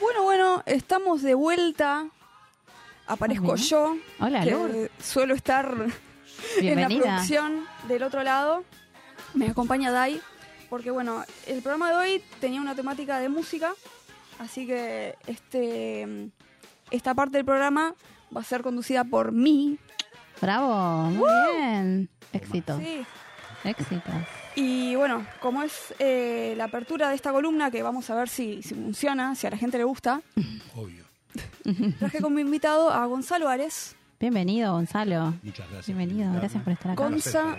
Bueno, bueno, estamos de vuelta. Aparezco Ah, mira. yo. Hola, que Lourdes. Suelo estar en la Bienvenida. producción del otro lado. Me acompaña Dai, porque bueno, el programa de hoy tenía una temática de música, así que este esta parte del programa va a ser conducida por mí. Bravo, muy bien. Éxito, Sí. éxito. Y bueno, como es eh, la apertura de esta columna, que vamos a ver si, si funciona, si a la gente le gusta, Obvio. traje como invitado a Gonzalo Ares. Bienvenido, Gonzalo. Muchas gracias. Bienvenido, invitarme. gracias por estar acá. Gonza,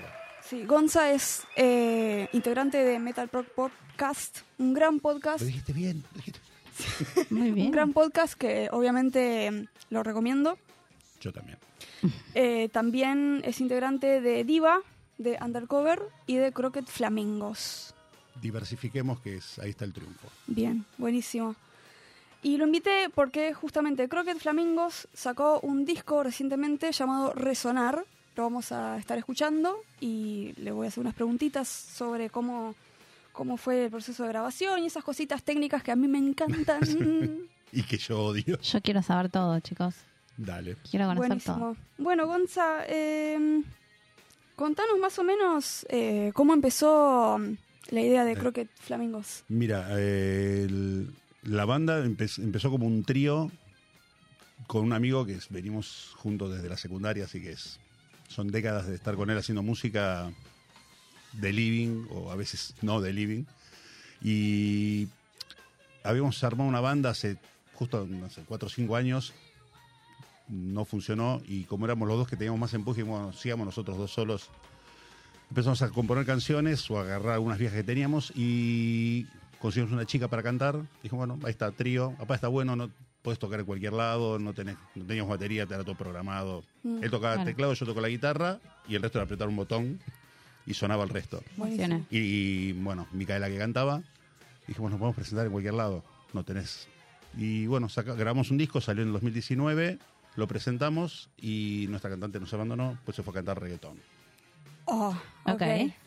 sí, Gonza es eh, integrante de Metal Proc Podcast, un gran podcast, Lo dijiste bien. lo dijiste- Muy un bien. gran podcast que obviamente mm, lo recomiendo. Yo también. Eh, también es integrante de Diva, de Undercover y de Croquet Flamingos. Diversifiquemos que es, ahí está el triunfo. Bien, buenísimo. Y lo invité porque justamente Croquet Flamingos sacó un disco recientemente llamado Resonar. Lo vamos a estar escuchando y le voy a hacer unas preguntitas sobre cómo, cómo fue el proceso de grabación y esas cositas técnicas que a mí me encantan. Y que yo odio. Yo quiero saber todo, chicos. Dale. Quiero conocer todo. Buenísimo. Bueno, Gonza, eh, contanos más o menos eh, cómo empezó la idea de Croquet Flamingos. Mira, eh, el- la banda empe- empezó como un trío con un amigo que es- venimos juntos desde la secundaria, así que es, son décadas de estar con él haciendo música de living, o a veces no de living. Y habíamos armado una banda hace justo hace 4 o 5 años, no funcionó, y como éramos los dos que teníamos más empuje, bueno, sigamos nosotros dos solos, empezamos a componer canciones o a agarrar algunas viejas que teníamos y conseguimos una chica para cantar. Dijo, bueno, ahí está, trío, papá está bueno, no puedes tocar en cualquier lado, no, tenés, no teníamos batería, te era todo programado. Mm, Él tocaba claro. Ah, teclado, yo tocaba la guitarra y el resto era apretar un botón y sonaba el resto. Funciona. Y bueno, Micaela que cantaba, dijimos, nos podemos presentar en cualquier lado, no tenés. Y bueno, saca- grabamos un disco, salió en el 2019, lo presentamos y nuestra cantante nos abandonó, pues se fue a cantar reggaetón. Oh, ok. Ok.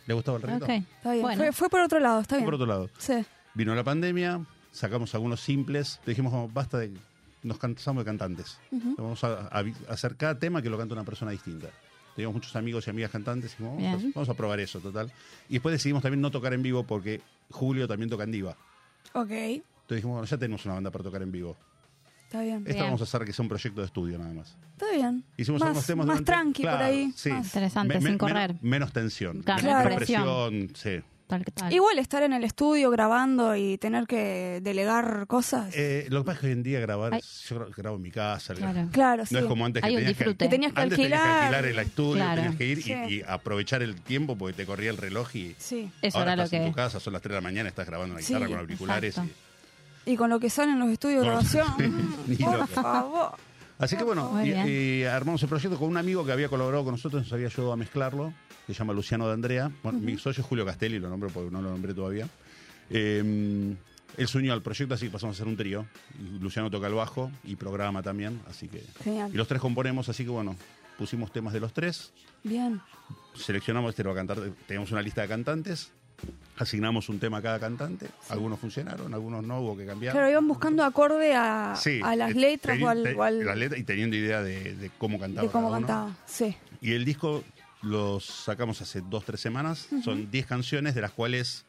¿Le gustaba el reggaetón? Ok. Está bien. Bueno. Fue, fue por otro lado, está Y bien. Por otro lado, Sí. vino la pandemia, sacamos algunos simples, le dijimos, "Oh, basta de... Nos cansamos de cantantes. Ujú. Vamos a, a vi- hacer cada tema que lo canta una persona distinta. Teníamos muchos amigos y amigas cantantes y dijimos, vamos, Bien. a- vamos a probar eso, total. Y después decidimos también no tocar en vivo porque Julio también toca en diva. Ok, Entonces dijimos, bueno, ya tenemos una banda para tocar en vivo. está bien. Esta Bien. vamos a hacer que sea un proyecto de estudio nada más. Está bien. Hicimos Más- algunos temas más durante- tranqui por ahí, sí. más- Interesante, sin correr. menos- menos tensión. Claro, menos Claro. presión. Sí. Tal, tal. Igual estar en el estudio grabando y tener que delegar cosas. Eh, lo que pasa es que hoy en día grabar, Ay. yo gra- grabo en mi casa. Claro. claro, sí. No es como antes que Hay un tenías, que, disfrute. Que tenías que antes tenías alquilar. que alquilar el estudio, Claro. tenías que ir y- Sí. y, aprovechar el tiempo porque te corría el reloj y Sí. Eso ahora era lo estás en que. tu casa, son las 3 de la mañana, estás grabando una Sí, guitarra con auriculares. exacto. y- Y con lo que salen los estudios Con- de grabación. Ni por loco. favor. Así que bueno, Muy y- bien. y armamos el proyecto con un amigo que había colaborado con nosotros, nos había ayudado a mezclarlo, que se llama Luciano de Andrea. Bueno, Mi socio es Julio Castelli, lo nombro porque no lo nombré todavía. Eh, él se unió al proyecto, así que pasamos a hacer un trío. Y Luciano toca el bajo y programa también, así que... Genial. Y los tres componemos, así que bueno, pusimos temas de los tres, Bien. seleccionamos este lo va a cantar, tenemos una lista de cantantes, asignamos un tema a cada cantante, algunos funcionaron, algunos no, hubo que cambiar. Claro, iban buscando acorde a, Sí, a las eh, letras teni- o al, te- o al- las letras y teniendo idea de, de cómo cantaba. de cómo cada uno. cantaba. Sí. Y el disco lo sacamos hace dos, tres semanas. Son 10 canciones, de las cuales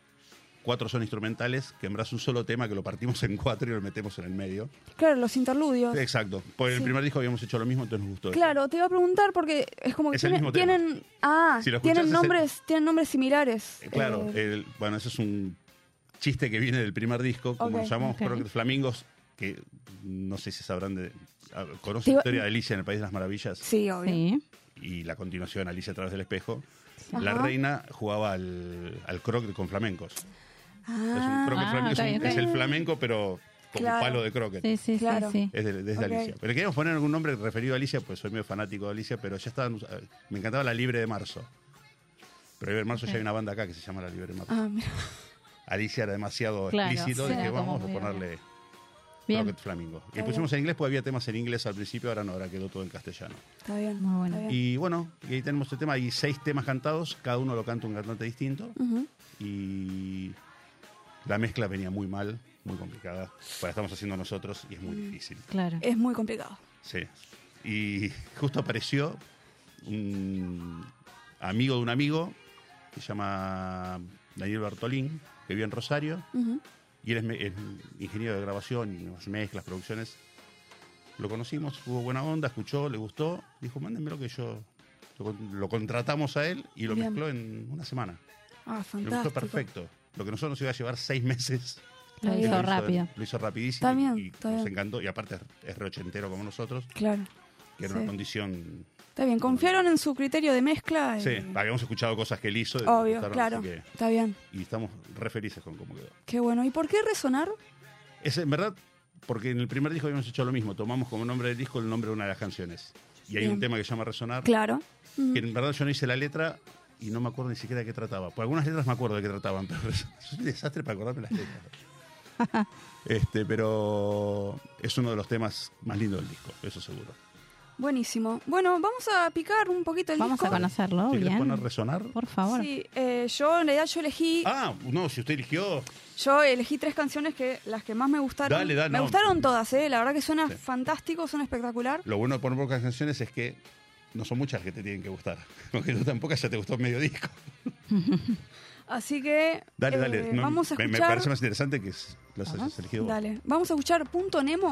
cuatro son instrumentales, que en verdad es un solo tema que lo partimos en cuatro y lo metemos en el medio. Claro, los interludios. Exacto. Por el Sí. primer disco habíamos hecho lo mismo, entonces nos gustó. esto. Claro, te iba a preguntar porque es como que Es el tienen, mismo tema. tienen- ah, Si lo escuchás, tienen es el- nombres, tienen nombres similares. Eh, Claro, Eh, el- bueno, ese es un chiste que viene del primer disco, como Ok, nos llamamos ok. Croquet Flamingos, que no sé si sabrán de... a- Te ¿Conocen iba- la historia de Alicia en el País de las Maravillas? sí, obvio. Sí. y la continuación Alicia a través del espejo. La Ajá. reina jugaba al, al croquet con flamencos. es un Ah, croquet Ah, flamenco, es, ok, un- ok. es el flamenco, pero con Claro. un palo de croquet. Sí, sí, Claro. sí, sí. Es de, desde Ok. Alicia. Pero queríamos poner algún nombre referido a Alicia, pues soy medio fanático de Alicia, pero ya estaban. eh, Me encantaba la Libre de Marzo. Pero Libre de Marzo ya hay una banda acá que se llama La Libre de Marzo. ah, mira. Alicia era demasiado Claro, explícito, sí, dije, era como vamos a muy- ponerle Bien. Croquet Flamingo. Y Está le pusimos en inglés porque había temas en inglés al principio, ahora no, ahora quedó todo en castellano. Está bien. Muy bueno. está bien. Y bueno, y ahí tenemos este tema. Hay seis temas cantados, cada uno lo canta un cantante distinto. Ujú. Y la mezcla venía muy mal. muy complicada. pues La estamos haciendo nosotros y es muy Mm. difícil. Claro. Es muy complicado. Sí. Y justo apareció un amigo de un amigo que se llama Daniel Bartolín, que vive en Rosario, Ujú. y él es, me- es ingeniero de grabación y las mezclas, producciones. Lo conocimos, hubo buena onda, escuchó, le gustó, dijo, mándenmelo que yo lo, con- lo contratamos a él y lo Bien. mezcló en una semana. Ah, Le gustó fantástico. perfecto. Lo que nosotros nos iba a llevar seis meses. Lo él hizo rápido. Lo hizo rapidísimo Está bien, y está nos bien. encantó. Y aparte es, es reochentero como nosotros, Claro. que era Sí. una condición Está bien, confiaron en su criterio de mezcla. y- Sí, habíamos escuchado cosas que él hizo. y nos Obvio, gustaron, claro. así que- Está bien. y estamos re felices con cómo quedó. Qué bueno. ¿Y por qué resonar? Es en verdad, porque en el primer disco habíamos hecho lo mismo. Tomamos como nombre del disco el nombre de una de las canciones. Y hay Bien. un tema que se llama Resonar. Claro. Ujú. Que en verdad yo no hice la letra y no me acuerdo ni siquiera de qué trataba. Por algunas letras me acuerdo de qué trataban, pero soy un desastre para acordarme las letras. Este, pero es uno de los temas más lindos del disco, eso seguro. Buenísimo. Bueno, vamos a picar un poquito el Vamos disco. a conocerlo, Si querés Oh, bien. poner resonar. Por favor. Sí, eh, yo en realidad yo elegí, Ah, no, si usted eligió. yo elegí tres canciones que las que más me gustaron. Dale, dale, me no. gustaron todas, eh. La verdad que suena Sí. fantástico, suena espectacular. Lo bueno de poner pocas canciones es que no son muchas las que te tienen que gustar. Porque tú tampoco ya te gustó medio disco. Así que Dale, eh, dale. no, vamos a me, escuchar. me parece más interesante que es- las hayas elegido vos. Dale, vamos a escuchar Punto Nemo.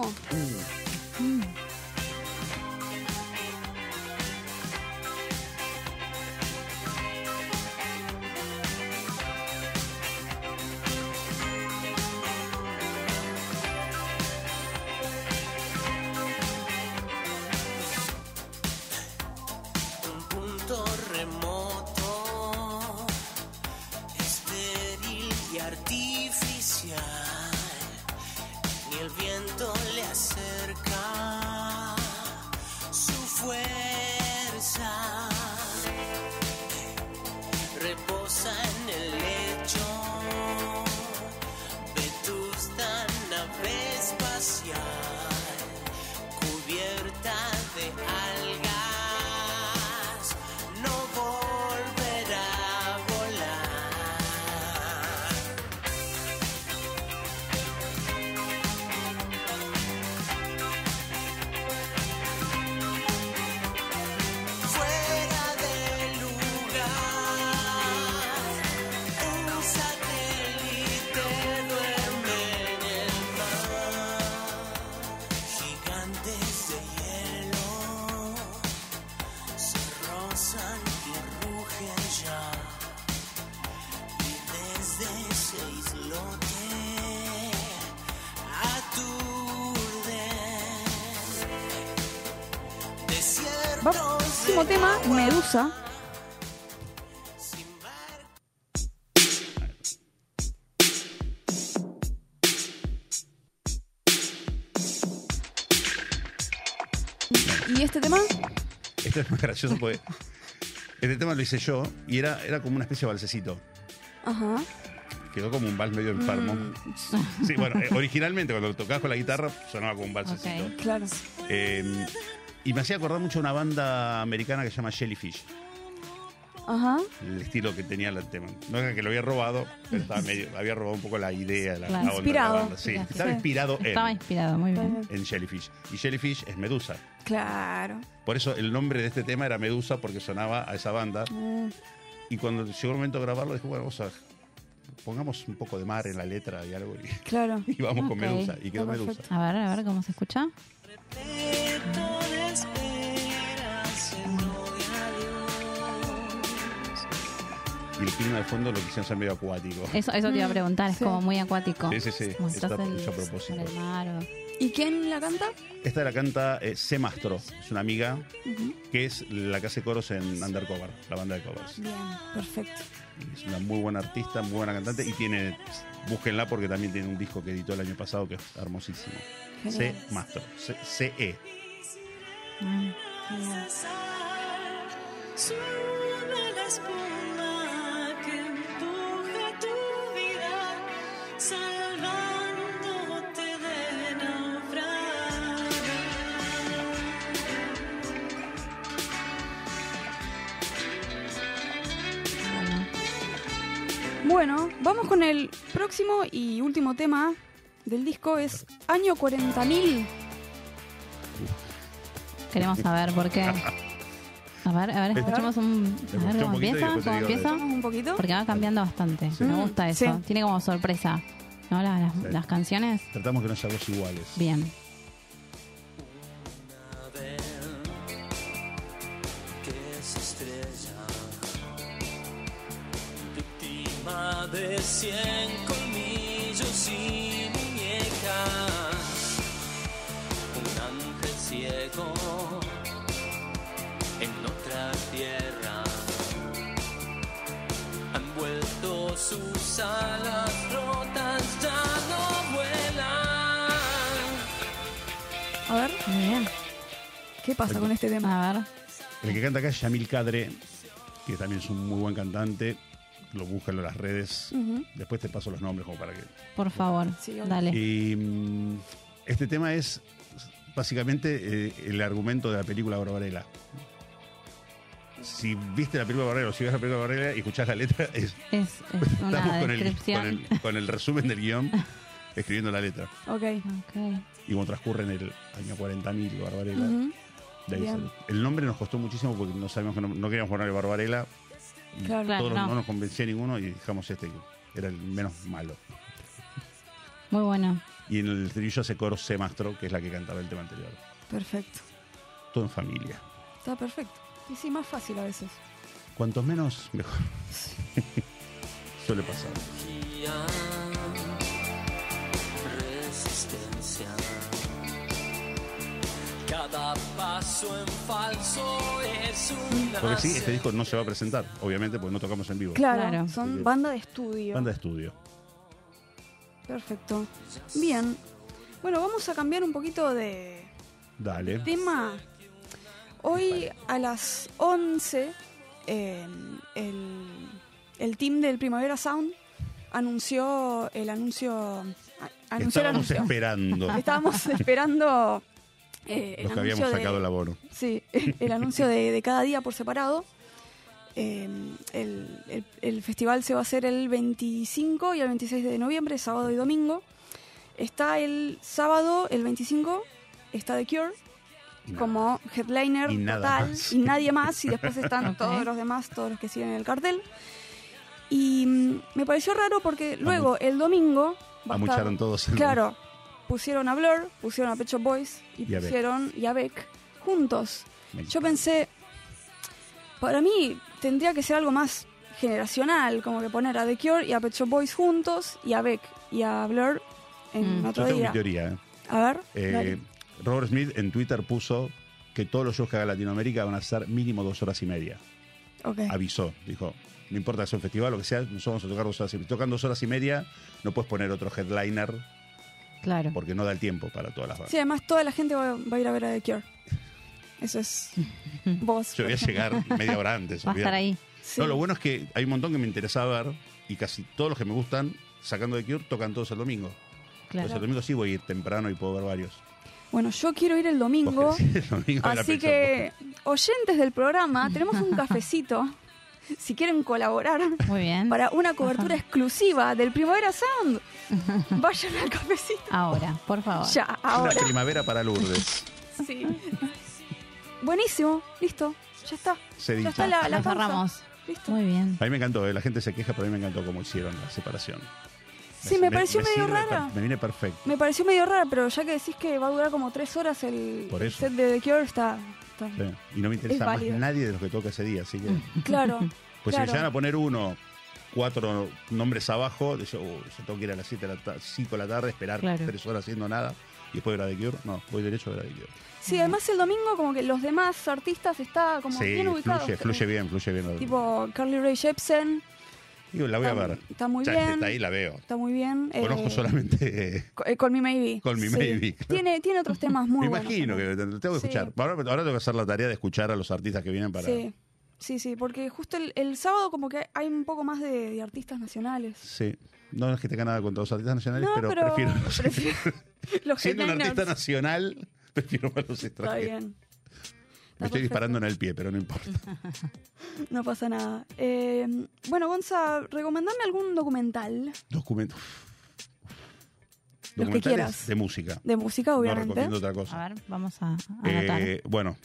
un punto remoto, estéril y artificial. Ni el viento le acerca su fuerza. Reposa en el lecho, vetusta nave espacial cubierta de algas, no volverá a volar. Fuera de lugar, un satélite duerme en el mar. Gigantes de hielo se rozan y rugen ya. Y desde ese islote aturden. Desiertos Último de tema, agua. Medusa. ¿Y este tema? Este es más gracioso porque. Este tema lo hice yo y era, era como una especie de balsecito. Ajá. Quedó como un vals medio Mm. enfermo. Sí, bueno, eh, originalmente cuando lo tocabas con la guitarra sonaba como un balsecito. Ok. Claro. Eh, y me hacía acordar mucho a una banda americana que se llama Jellyfish. Ajá. el estilo que tenía el tema. No era que lo había robado, pero estaba medio, había robado un poco la idea, la, Claro. la onda de la Inspirado. banda. Sí, Inspirado. estaba Sí. inspirado Estaba en, inspirado, muy bien. en Jellyfish. Y Jellyfish es Medusa. Claro. Por eso el nombre de este tema era Medusa, porque sonaba a esa banda. Mm, Y cuando llegó el momento de grabarlo, dije, bueno, vamos a... Pongamos un poco de mar en la letra y algo y, claro. y vamos con Ok. Medusa. Y quedó Está Medusa. perfecto. A ver, a ver cómo se escucha. Repleto de esperas, el novio adiós. Y el clima de fondo lo quisieron hacer medio acuático. Eso, eso te iba a preguntar, es Mm, sí. como muy acuático. Sí, sí, sí, Como está estás en, hecho a propósito. en el mar o- ¿Y quién la canta? Esta la canta eh, C. Mastro, es una amiga que es la que hace coros en Undercover, la banda de covers. Bien, perfecto. Es una muy buena artista, muy buena cantante y tiene, búsquenla porque también tiene un disco que editó el año pasado que es hermosísimo. C Genial. Mastro, C- E. CE. Mm. Sube la espuma que empuja tu vida, salvándote de naufragar. Bueno, Bueno, vamos con el próximo y último tema del disco es Año 40.000. Queremos saber por qué. A ver, a ver, escuchemos un. A ver Escucha un cómo poquito y empieza, después te cómo digo de- empieza. Escuchamos un poquito. Porque va cambiando bastante. Sí. Me Mm, gusta eso. sí. Tiene como sorpresa, ¿no? Las, las- las canciones. Tratamos que no haya dos iguales. Bien. que se estrella, víctima de cien colmillos y muñecas, un ángel ciego en otra tierra, han vuelto sus alas rotas, ya no vuelan. A ver. ¿Qué pasa con este tema? A ver. El que canta acá es Yamil Cadre, que también es un muy buen cantante. Lo buscan en las redes. Ujú. Después te paso los nombres como para que. Por favor. Dale. Y mm, este tema es básicamente eh, el argumento de la película Barbarella. Si viste la película Barbarella o si ves la película Barbarella y escuchás la letra, es- Es, es Pues estamos una con el, descripción. con, el, con el resumen del guión escribiendo la letra. Ah. Ok. Y como transcurre en el año 40.000, Barbarella. Ujú. De ahí Bien. sale. El nombre nos costó muchísimo porque no sabíamos que no, no queríamos ponerle Barbarella. Y Claro, todos claro, no. no. nos convencía ninguno y dejamos este que era el menos malo. Muy bueno. Y en el estribillo hace coro C Mastro, que es la que cantaba el tema anterior. Perfecto. Todo en familia. Está perfecto. Y sí, más fácil a veces. Cuantos menos, mejor. Suele pasar. energía, resistencia. Cada paso en falso es una Porque sí, este disco no se va a presentar, obviamente, porque no tocamos en vivo. Claro, Así que- son banda de estudio. Banda de estudio. Perfecto. Bien. Bueno, vamos a cambiar un poquito de Dale. tema. Hoy a las 11, eh, el, el team del Primavera Sound anunció el anuncio. a- anunció el Estábamos anuncio. esperando Estábamos esperando. eh, el los que habíamos anuncio de- sacado el abono. Sí, el anuncio de, de cada día por separado. Eh, el, el- el festival se va a hacer el 25 y el 26 de noviembre, sábado y domingo. Está el sábado, el 25, está The Cure como headliner Y nada total más. y nadie más. Y después están Ok. todos los demás, todos los que siguen el cartel. Y mm, me pareció raro porque luego el domingo. va a estar- Amucharon todos el Claro, pusieron a Blur, pusieron a Pecho Boys y, Y a Beck. pusieron y a Beck juntos. Me Yo pensé, para mí tendría que ser algo más generacional, como que poner a The Cure y a Pecho Boys juntos y a Beck y a Blur en Yo otro tengo día. mi teoría. ¿eh? A ver, Eh, dale. Robert Smith en Twitter puso que todos los shows que haga Latinoamérica van a ser mínimo dos horas y media. Ok. Avisó, dijo, no importa que sea un festival o que sea, nosotros vamos a tocar dos horas y media. Tocan dos horas y media, no puedes poner otro headliner Claro. porque no da el tiempo para todas las bandas. Sí, además toda la gente va, va a ir a ver a The Cure. Eso es vos. Yo voy a llegar media hora antes. Va a olvidate. estar ahí. Sí. No, lo bueno es que hay un montón que me interesaba ver y casi todos los que me gustan, sacando de Cure, tocan todos el domingo. Claro. Entonces el domingo sí voy a ir temprano y puedo ver varios. Bueno, yo quiero ir el domingo. El domingo era Así pensar, que, oyentes del programa, tenemos un cafecito. Si quieren colaborar para una cobertura exclusiva del Primavera Sound, vayan al cafecito. Ahora, por favor. Ya, Una ahora. primavera para Lourdes. Sí. Buenísimo, listo, ya está. Se Ya dice. está la, la Nos pausa. ahorramos. Listo. Muy bien. A mí me encantó, eh, la gente se queja, pero a mí me encantó cómo hicieron la separación. Sí, me pareció medio sirve per- rara. Me viene perfecto. Me pareció medio rara, pero ya que decís que va a durar como tres horas el Por eso. set de The Cure, está. está- Sí. Y no me interesa Es más válido. nadie de los que toca ese día, así que. Claro. Pues claro. si me llegan a poner uno, cuatro nombres abajo, yo, "Uh, yo tengo que ir a las 7 de la ta- 5 de la tarde, esperar Claro. tres horas haciendo nada y después ver a The Cure. No, voy derecho a ver a The Cure. Sí, además el domingo, como que los demás artistas está como sí, bien ubicados. fluye, fluye bien, fluye bien. Tipo Carly Rae Jepsen, Digo, la voy a ver. está muy Ya, bien. Está ahí, la veo. está muy bien. eh, Conozco solamente. eh, Co- eh, Call Me Maybe. Call Me Maybe, claro. Tiene, tiene otros temas me muy buenos. imagino que lo tengo que Sí. escuchar. Ahora, ahora tengo que hacer la tarea de escuchar a los artistas que vienen para. Sí, sí, sí, porque justo el, el sábado como que hay un poco más de, de artistas nacionales. Sí. No es que tenga nada contra los artistas nacionales, No, pero, pero prefiero. Los Siendo un headliners. artista nacional, prefiero a los Está extranjeros. bien, Me estoy disparando en el pie, pero no importa. no pasa nada. Eh, bueno, Gonza, recomendame algún documental. Documento. Los que documentales quieras. de música. De música, No obviamente. recomiendo otra cosa. A ver, vamos a, a Eh, anotar. bueno,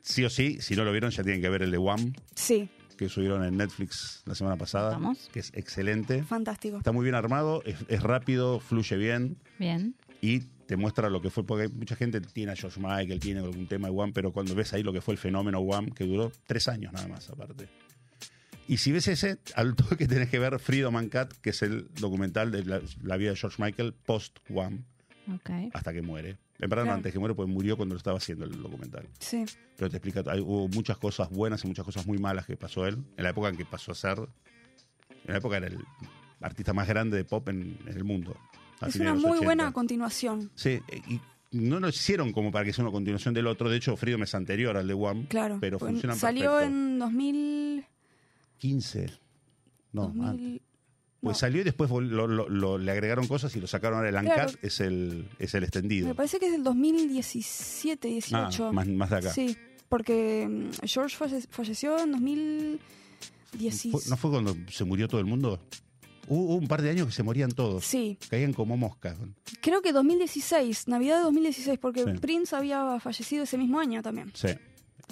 sí o sí, si no lo vieron, ya tienen que ver el de Wham, Sí, que subieron en Netflix la semana pasada, Vamos. que es excelente. fantástico. Está muy bien armado, es, es rápido, fluye bien Bien. y te muestra lo que fue, porque mucha gente tiene a George Michael, tiene algún tema de Wham, pero cuando ves ahí lo que fue el fenómeno Wham, que duró tres años nada más aparte. Y si ves ese, al toque tenés que ver Freedom and Cat, que es el documental de la, la vida de George Michael post-Wham, Ok. hasta que muere. En verdad, no, Claro. antes que muere, pues murió cuando lo estaba haciendo el documental. Sí. Pero te explica, hay- hubo muchas cosas buenas y muchas cosas muy malas que pasó él. En la época en que pasó a ser. En la época era el artista más grande de pop en, en el mundo. a Es fines una de los muy 80. buena continuación. Sí, y no lo hicieron como para que sea una continuación del otro. De hecho, Freedom es anterior al de One. Claro. Pero Bueno, funcionan Salió perfecto. en 2000. 15. No, antes. 2000 Pues salió y después vol- lo- lo- lo- le agregaron cosas y lo sacaron ahora. El Claro. Uncut es el, es el extendido. me parece que es del 2017, 18. Ah, más- más de acá. Sí, porque mm, George falle- falleció en Fue- 2016. ¿No fue cuando se murió todo el mundo? Hubo hubo un par de años que se morían todos. Sí. Caían como moscas. Creo que 2016, Navidad de 2016, porque Sí. Prince había fallecido ese mismo año también. Sí.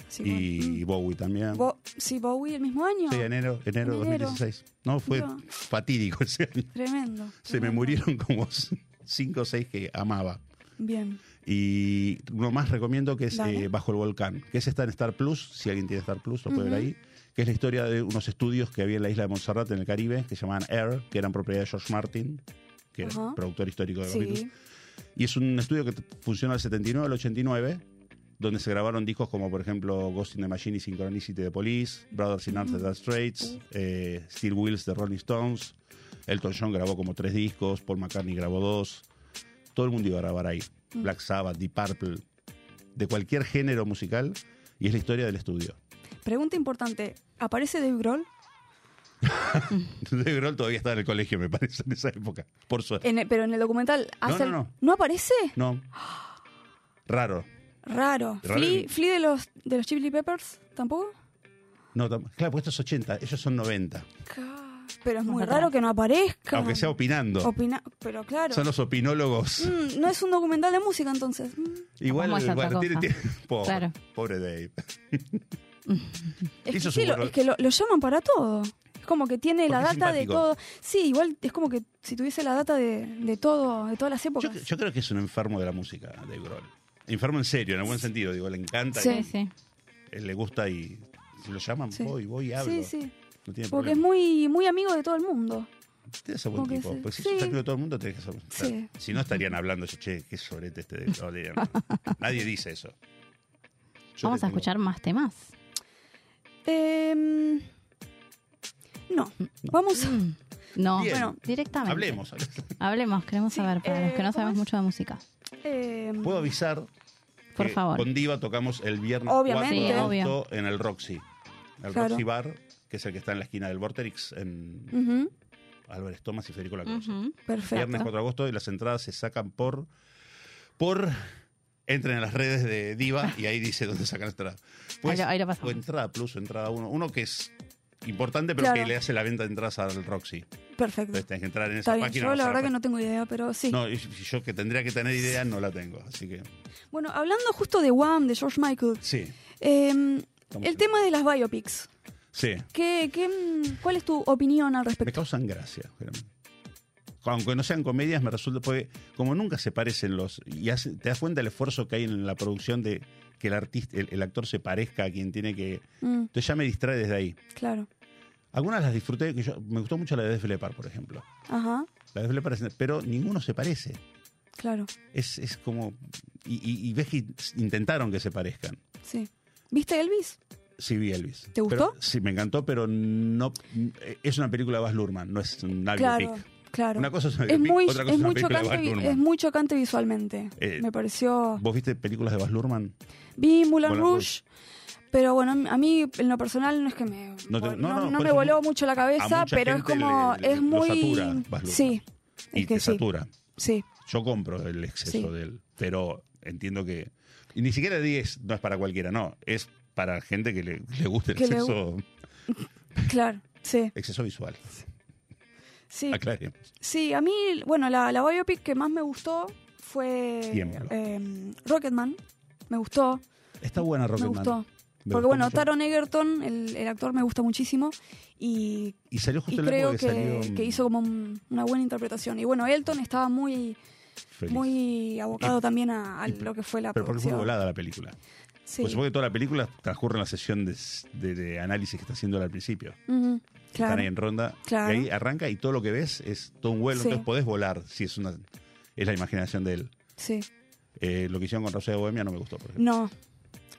Sí, mm. y, y Bowie también. Bo- sí, Bowie el mismo año. sí, enero, enero de En enero. 2016. No, fue Mira. fatídico ese año. Tremendo. Se me murieron como cinco o seis que amaba. Bien. Y uno más recomiendo que es Dale. eh, Bajo el Volcán, que ese está en Star Plus, si alguien tiene Star Plus, lo puede ver Ujú. ahí, que es la historia de unos estudios que había en la isla de Montserrat, en el Caribe, que se llamaban Air, que eran propiedad de George Martin, que era Ajá. productor histórico de los Beatles. Sí. Y es un estudio que t- funciona del 79 al 89, donde se grabaron discos como, por ejemplo, Ghost in the Machine y Synchronicity de Police, Brothers in Arms de Dire Straits, eh, Steel Wheels de Rolling Stones. Elton John grabó como tres discos, Paul McCartney grabó dos. Todo el mundo iba a grabar ahí. Mm. Black Sabbath, Deep Purple, de cualquier género musical. Y es la historia del estudio. Pregunta importante. ¿Aparece Dave Grohl? Dave Grohl todavía estaba en el colegio, me parece, en esa época. Por suerte. En el- pero en el documental. hace el- no, no. aparece? No. Raro. Raro. Raro. Flea, Flea de los de los Chili Peppers tampoco. No, tam- claro, pues esto es 80, ellos son 90. Pero es muy raro que no aparezca. Aunque sea opinando. Opina- pero claro. Son los opinólogos. Mm, no es un documental de música entonces. Mm. Igual, Vamos a otra bueno, tiene- cosa. tiene- pobre, Claro. pobre Dave. Es Eso que, es sí, un lo, buen- es que lo, lo llaman para todo. Es como que tiene la Porque es data de simpático. todo. Sí, igual es como que si tuviese la data de, de todo, de todas las épocas. Yo creo que es un enfermo de la música, Dave Grohl. Enfermo en serio, en el buen sentido. Digo, le encanta, Sí, y- sí. él le gusta y si lo llaman, Sí. voy, voy, hablo. Sí, sí. No tiene Porque es problema. muy, muy amigo de todo el mundo. Tienes a buen porque tipo. sí. Pues si Sí. sos amigo de todo el mundo, tenés que ser. Sí. claro. Si no, estarían hablando, che, qué sobrete este Dave Grohl. dirían. Nadie dice eso. Yo Vamos le a tengo- escuchar más temas. Em, no. Vamos. a- No, Bien. bueno, directamente. Hablemos. hablemos. Hablemos, queremos saber, para los eh, que no ¿cómo sabemos mucho de música. em, Puedo avisar. Por que favor. Con Diva tocamos el viernes 4 Obviamente. de Sí, agosto obvio. en el Roxy. El Claro. Roxy Bar, que es el que está en la esquina del Vorterix en ujú, Álvarez Tomás y Federico Lacroix. ujú, Viernes Perfecto. 4 de agosto y las entradas se sacan por. por Entren a las redes de Diva y ahí dice dónde sacan entradas. Pues, Ahí lo- ahí lo o pasamos. entrada plus o entrada uno. Uno que es importante, pero Claro. que le hace la venta de entradas al Roxy. Perfecto. Entonces tenés que entrar este, en esa Está bien. página. Yo vas a la verdad que no tengo idea, pero sí. No, y- y yo que tendría que tener idea no la tengo. Así que. Bueno, hablando justo de Wham, de George Michael. Sí, em, Estamos el en- tema de las biopics. sí. ¿Qué, qué, mm, ¿Cuál es tu opinión al respecto? Me causan gracia. realmente. Aunque no sean comedias, me resulta. Porque como nunca se parecen los. Y hace- te das cuenta del esfuerzo que hay en la producción de que el artista, el, el actor se parezca a quien tiene que. Mm, Entonces ya me distrae desde ahí. claro. Algunas las disfruté, que yo, me gustó mucho la de Def Leppard, por ejemplo. Ajá. La de Def Leppard es- pero ninguno se parece. Claro. Es, es como. Y, y- y ves que intentaron que se parezcan. Sí. ¿Viste Elvis? Sí, vi Elvis. ¿Te gustó? Pero- sí, me encantó, pero no. Es una película de Baz Luhrmann, no es una claro, Ah, biopic. claro. Una cosa es una es biopic, muy, otra cosa es es una muy película de chocante, Baz vi- Luhrmann. es muy chocante visualmente. Eh, me pareció. ¿Vos viste películas de Baz Luhrmann? Vi Moulin Moulin Rouge, pero bueno, a mí en lo personal no es que me No, te- no, no por me eso voló mu- mucho la a cabeza, mucha pero es gente como le- le- es lo muy satura, Baz Luhrmann. sí, Y es que te sí. satura. Sí, Yo compro el exceso Sí. de él, pero entiendo que. Y ni siquiera 10 no es para cualquiera, no. Es para gente que le, le guste el Que le exceso, claro, sí, exceso visual. Sí. Aclaremos. Sí, a mí, bueno, la, la biopic que más me gustó fue Siempre. eh, Rocketman. Me gustó. Está buena me Rocketman. gustó. Me Porque gustó bueno, mucho. Taron Egerton, el, el actor, me gusta muchísimo. Y, Y salió y justo en la creo época que, que, salió. que hizo como un- una buena interpretación. Y bueno, Elton estaba muy, Feliz. muy abocado también a, a lo que fue la Pero porque fue producción. volada la película. Sí. Pues supongo que toda la película transcurre en la sesión de, de- de análisis que está haciendo él al principio. Ujú, Están claro. ahí en ronda. Claro. Y ahí arranca y todo lo que ves es todo un vuelo. Sí. Entonces podés volar si es una es la imaginación de él. Sí. Eh, lo que hicieron con Rosa de Bohemia no me gustó. por ejemplo. No.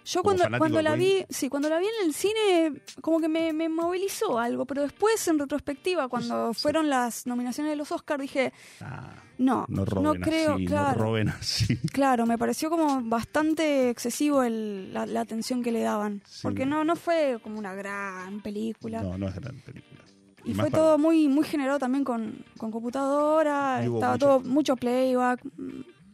Yo Como cuando, fanático cuando de la Queen. vi, sí, cuando la vi en el cine, como que me, me movilizó algo, pero después en retrospectiva, cuando fueron las nominaciones de los Oscars, dije, no, No roben creo, así, claro, no roben así. claro, me pareció como bastante excesivo el- la, la atención que le daban, porque no, no fue como una gran película, No, no es gran película. y más fue para- todo muy, muy generado también con, con computadora, Y hubo estaba mucho- todo mucho playback,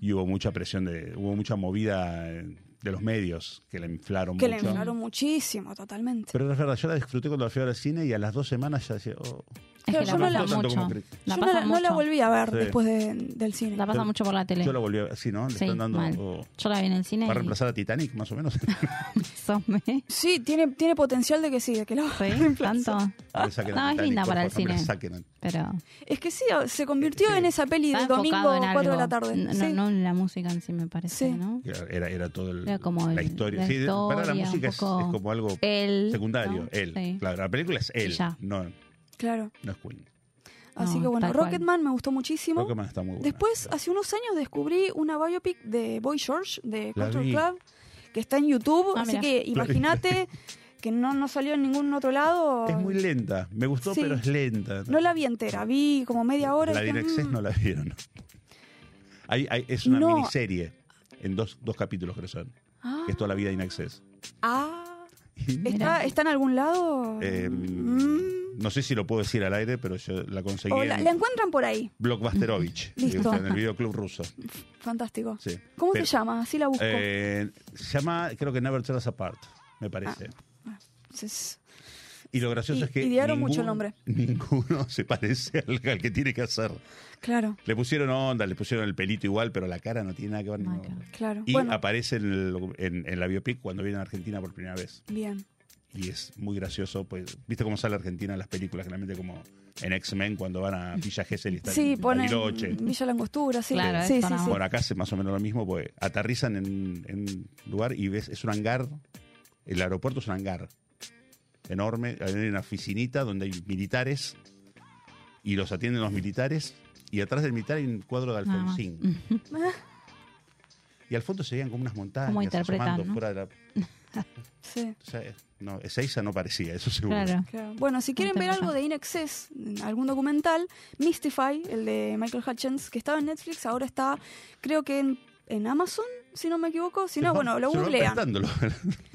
Y hubo mucha presión, de, hubo mucha movida eh, de los medios que la inflaron que le mucho. inflaron muchísimo, totalmente. Pero es verdad, yo la disfruté cuando la fui a ver al cine y a las dos semanas ya decía, oh, Pero no yo no me la- gustó tanto como creí. Yo La no pasan la, no la mucho. volví a ver Sí. después de- del cine. La pasa mucho por la tele. Yo la volví a ver, sí, ¿no? Le Sí, están dando. mal. oh, Yo la vi en el cine ¿Va a y reemplazar a Titanic, más o menos? Sí, tiene, tiene potencial de que sí, de que lo tanto. Le saquen a No, es Titanic, linda por para el favor, no me la cine. saquen. Pero Es que sí, se convirtió en esa peli está de enfocado domingo en 4 de algo. la tarde. No, sí. no en la música en sí, me parece, ¿no? Era- Era, era todo el- Era como la el- historia. la sí, de- para la historia, música un es, poco es como algo él, secundario. ¿no? Él. Sí. Claro, la película es él, Y ya. no, Claro. no es Queen. Así No, que bueno, tal cual. Rocketman me gustó muchísimo. Rocketman está muy buena. Después, hace unos años descubrí una biopic de Boy George, de La Culture vi. Club, que está en YouTube. Ah, así mira. que imagínate que no, no salió en ningún otro lado. Es muy lenta. Me gustó, Sí. pero es lenta. No la vi entera, vi como media hora. la y dije, DirectX "Mm, no la vieron. Hay- hay- es una No. miniserie en dos, dos capítulos, creo que son. Ah. Que es toda la vida de Inaccess. Ah, ¿está, está en algún lado? em, No sé si lo puedo decir al aire, pero yo la conseguí O Mm. la, en la encuentran por ahí. Blockbusterovich, Listo. digamos, en el videoclub ruso. Fantástico. Sí. ¿Cómo Pero- se llama? Así la busco. Eh, se llama, creo que Never Tear Us Apart, me parece. Entonces, Y lo gracioso Ah. Y- es que. idearon mucho el nombre. Ninguno se parece al, al que tiene que hacer. claro, Le pusieron onda, le pusieron el pelito igual, pero la cara no tiene nada que ver. no. claro. Y bueno, aparece en, el docu- en- en la biopic cuando viene a Argentina por primera vez. bien. Y es muy gracioso, pues, ¿viste cómo sale Argentina en las películas? Generalmente como en X-Men cuando van a Villa Gesell y están Sí, en ponen Bariloche. Villa Langostura, sí. Claro, sí, es sí, para- sí. Bueno, acá es más o menos lo mismo, pues aterrizan en, en un lugar y ves, es un hangar, el aeropuerto es un hangar enorme, hay una oficinita donde hay militares y los atienden los militares y atrás del militar hay un cuadro de Nada más. Alfonsín. Y al fondo se veían como unas montañas. Cómo interpretan, asomando ¿no? fuera de la- Sí, o sea, eh, no, Ezeiza no parecía, eso seguro. Claro. claro. Bueno, si quieren ver algo de In Excess, algún documental, Mystify, el de Michael Hutchins, que estaba en Netflix, ahora está, creo que en, en Amazon, si no me equivoco. Si no, bueno, lo Se van googlean. prestándolo.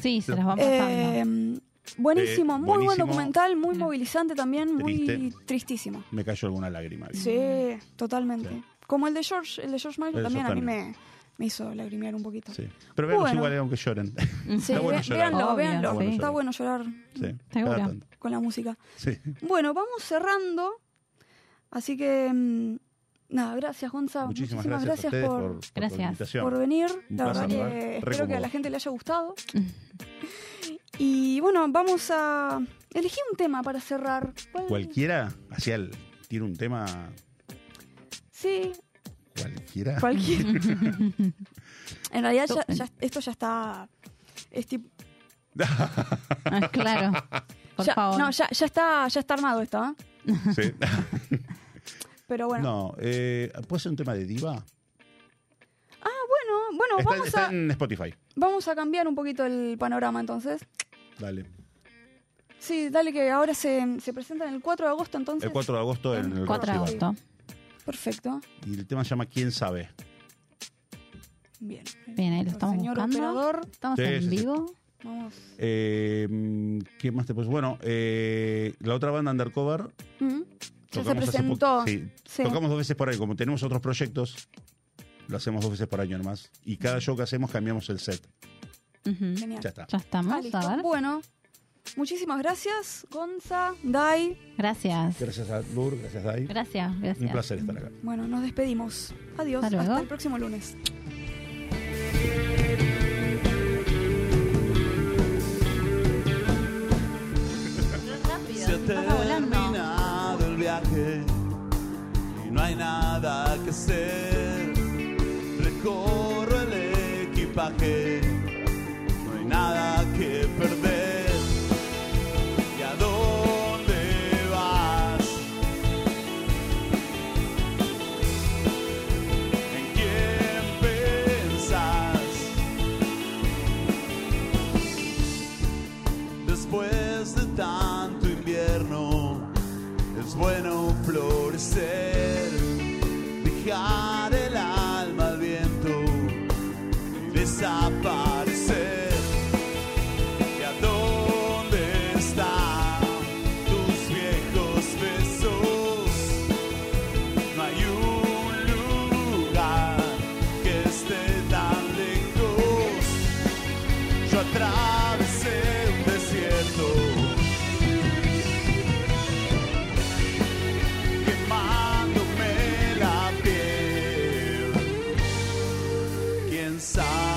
Sí, se las van pasando. Eh, buenísimo, Eh, muy buen buenísimo. documental, muy movilizante también, muy Triste. tristísimo. Me cayó alguna lágrima. Sí, totalmente. Sí. Como el de George, el de George Michael El de también a mí George me, me hizo lagrimear un poquito. Sí. Pero vean Bueno. igual aunque lloren. Sí, Está bueno ve- llorar. véanlo, Obvio, véanlo. Está bueno Está llorar. bueno llorar Sí, Seguro. cada tanto. con la música. Sí. Bueno, vamos cerrando. Así que, mm, nada, gracias, Gonza. Muchísimas, gracias, a ustedes por, por Gracias. la invitación. por venir. Un La verdad placer, que ¿verdad? Re espero que a cómodo. la gente le haya gustado. y bueno, vamos a elegir un tema para cerrar. ¿Cuál? Cualquiera, hacia el, tiene un tema Sí, cualquiera. cualquiera. en realidad ya- ya- esto ya está... es tip- Ah, claro. Por ya- favor. No, ya, ya está, ya está armado esto, ¿ah? Sí. Pero bueno. No, eh, ¿puede ser un tema de diva? Ah, bueno, bueno, está vamos está a... en Spotify. Vamos a cambiar un poquito el panorama entonces. Dale. Sí, dale que ahora se, se presentan el 4 de agosto entonces. El 4 de agosto en el 4 de Rock Festival. agosto. Perfecto. Y el tema se llama ¿Quién sabe? Bien. Bien, ahí lo estamos Señor buscando. operador, Estamos Sí, sí, en sí. vivo. vamos. Eh, mm, ¿Qué más te puedo Bueno, eh, la otra banda Undercover. Mm. Ya se tocamos hace po- presentó. sí, Sí. Tocamos dos veces por año. Como tenemos otros proyectos, lo hacemos dos veces por año nomás. Y cada show que hacemos cambiamos el set. Ujú. Genial. Ya está. Ya Ah, estamos. listo. A ver. Bueno, Muchísimas gracias, Gonza, Dai. Gracias. Gracias a Lur, gracias Dai. Gracias, gracias. Un placer estar acá. Bueno, nos despedimos. Adiós. Hasta Hasta, luego. el próximo lunes. Se ha terminado el viaje y no hay nada que hacer. Recorro el equipaje, no hay nada que perder. ¿Y a dónde vas? ¿En quién pensás? Después de tanto invierno, es bueno florecer, dejar el alma al viento y desaparecer. ¿Y a dónde están tus viejos besos? No hay un lugar que esté tan lejos. Yo atravesé un desierto quemándome la piel. ¿Quién sabe?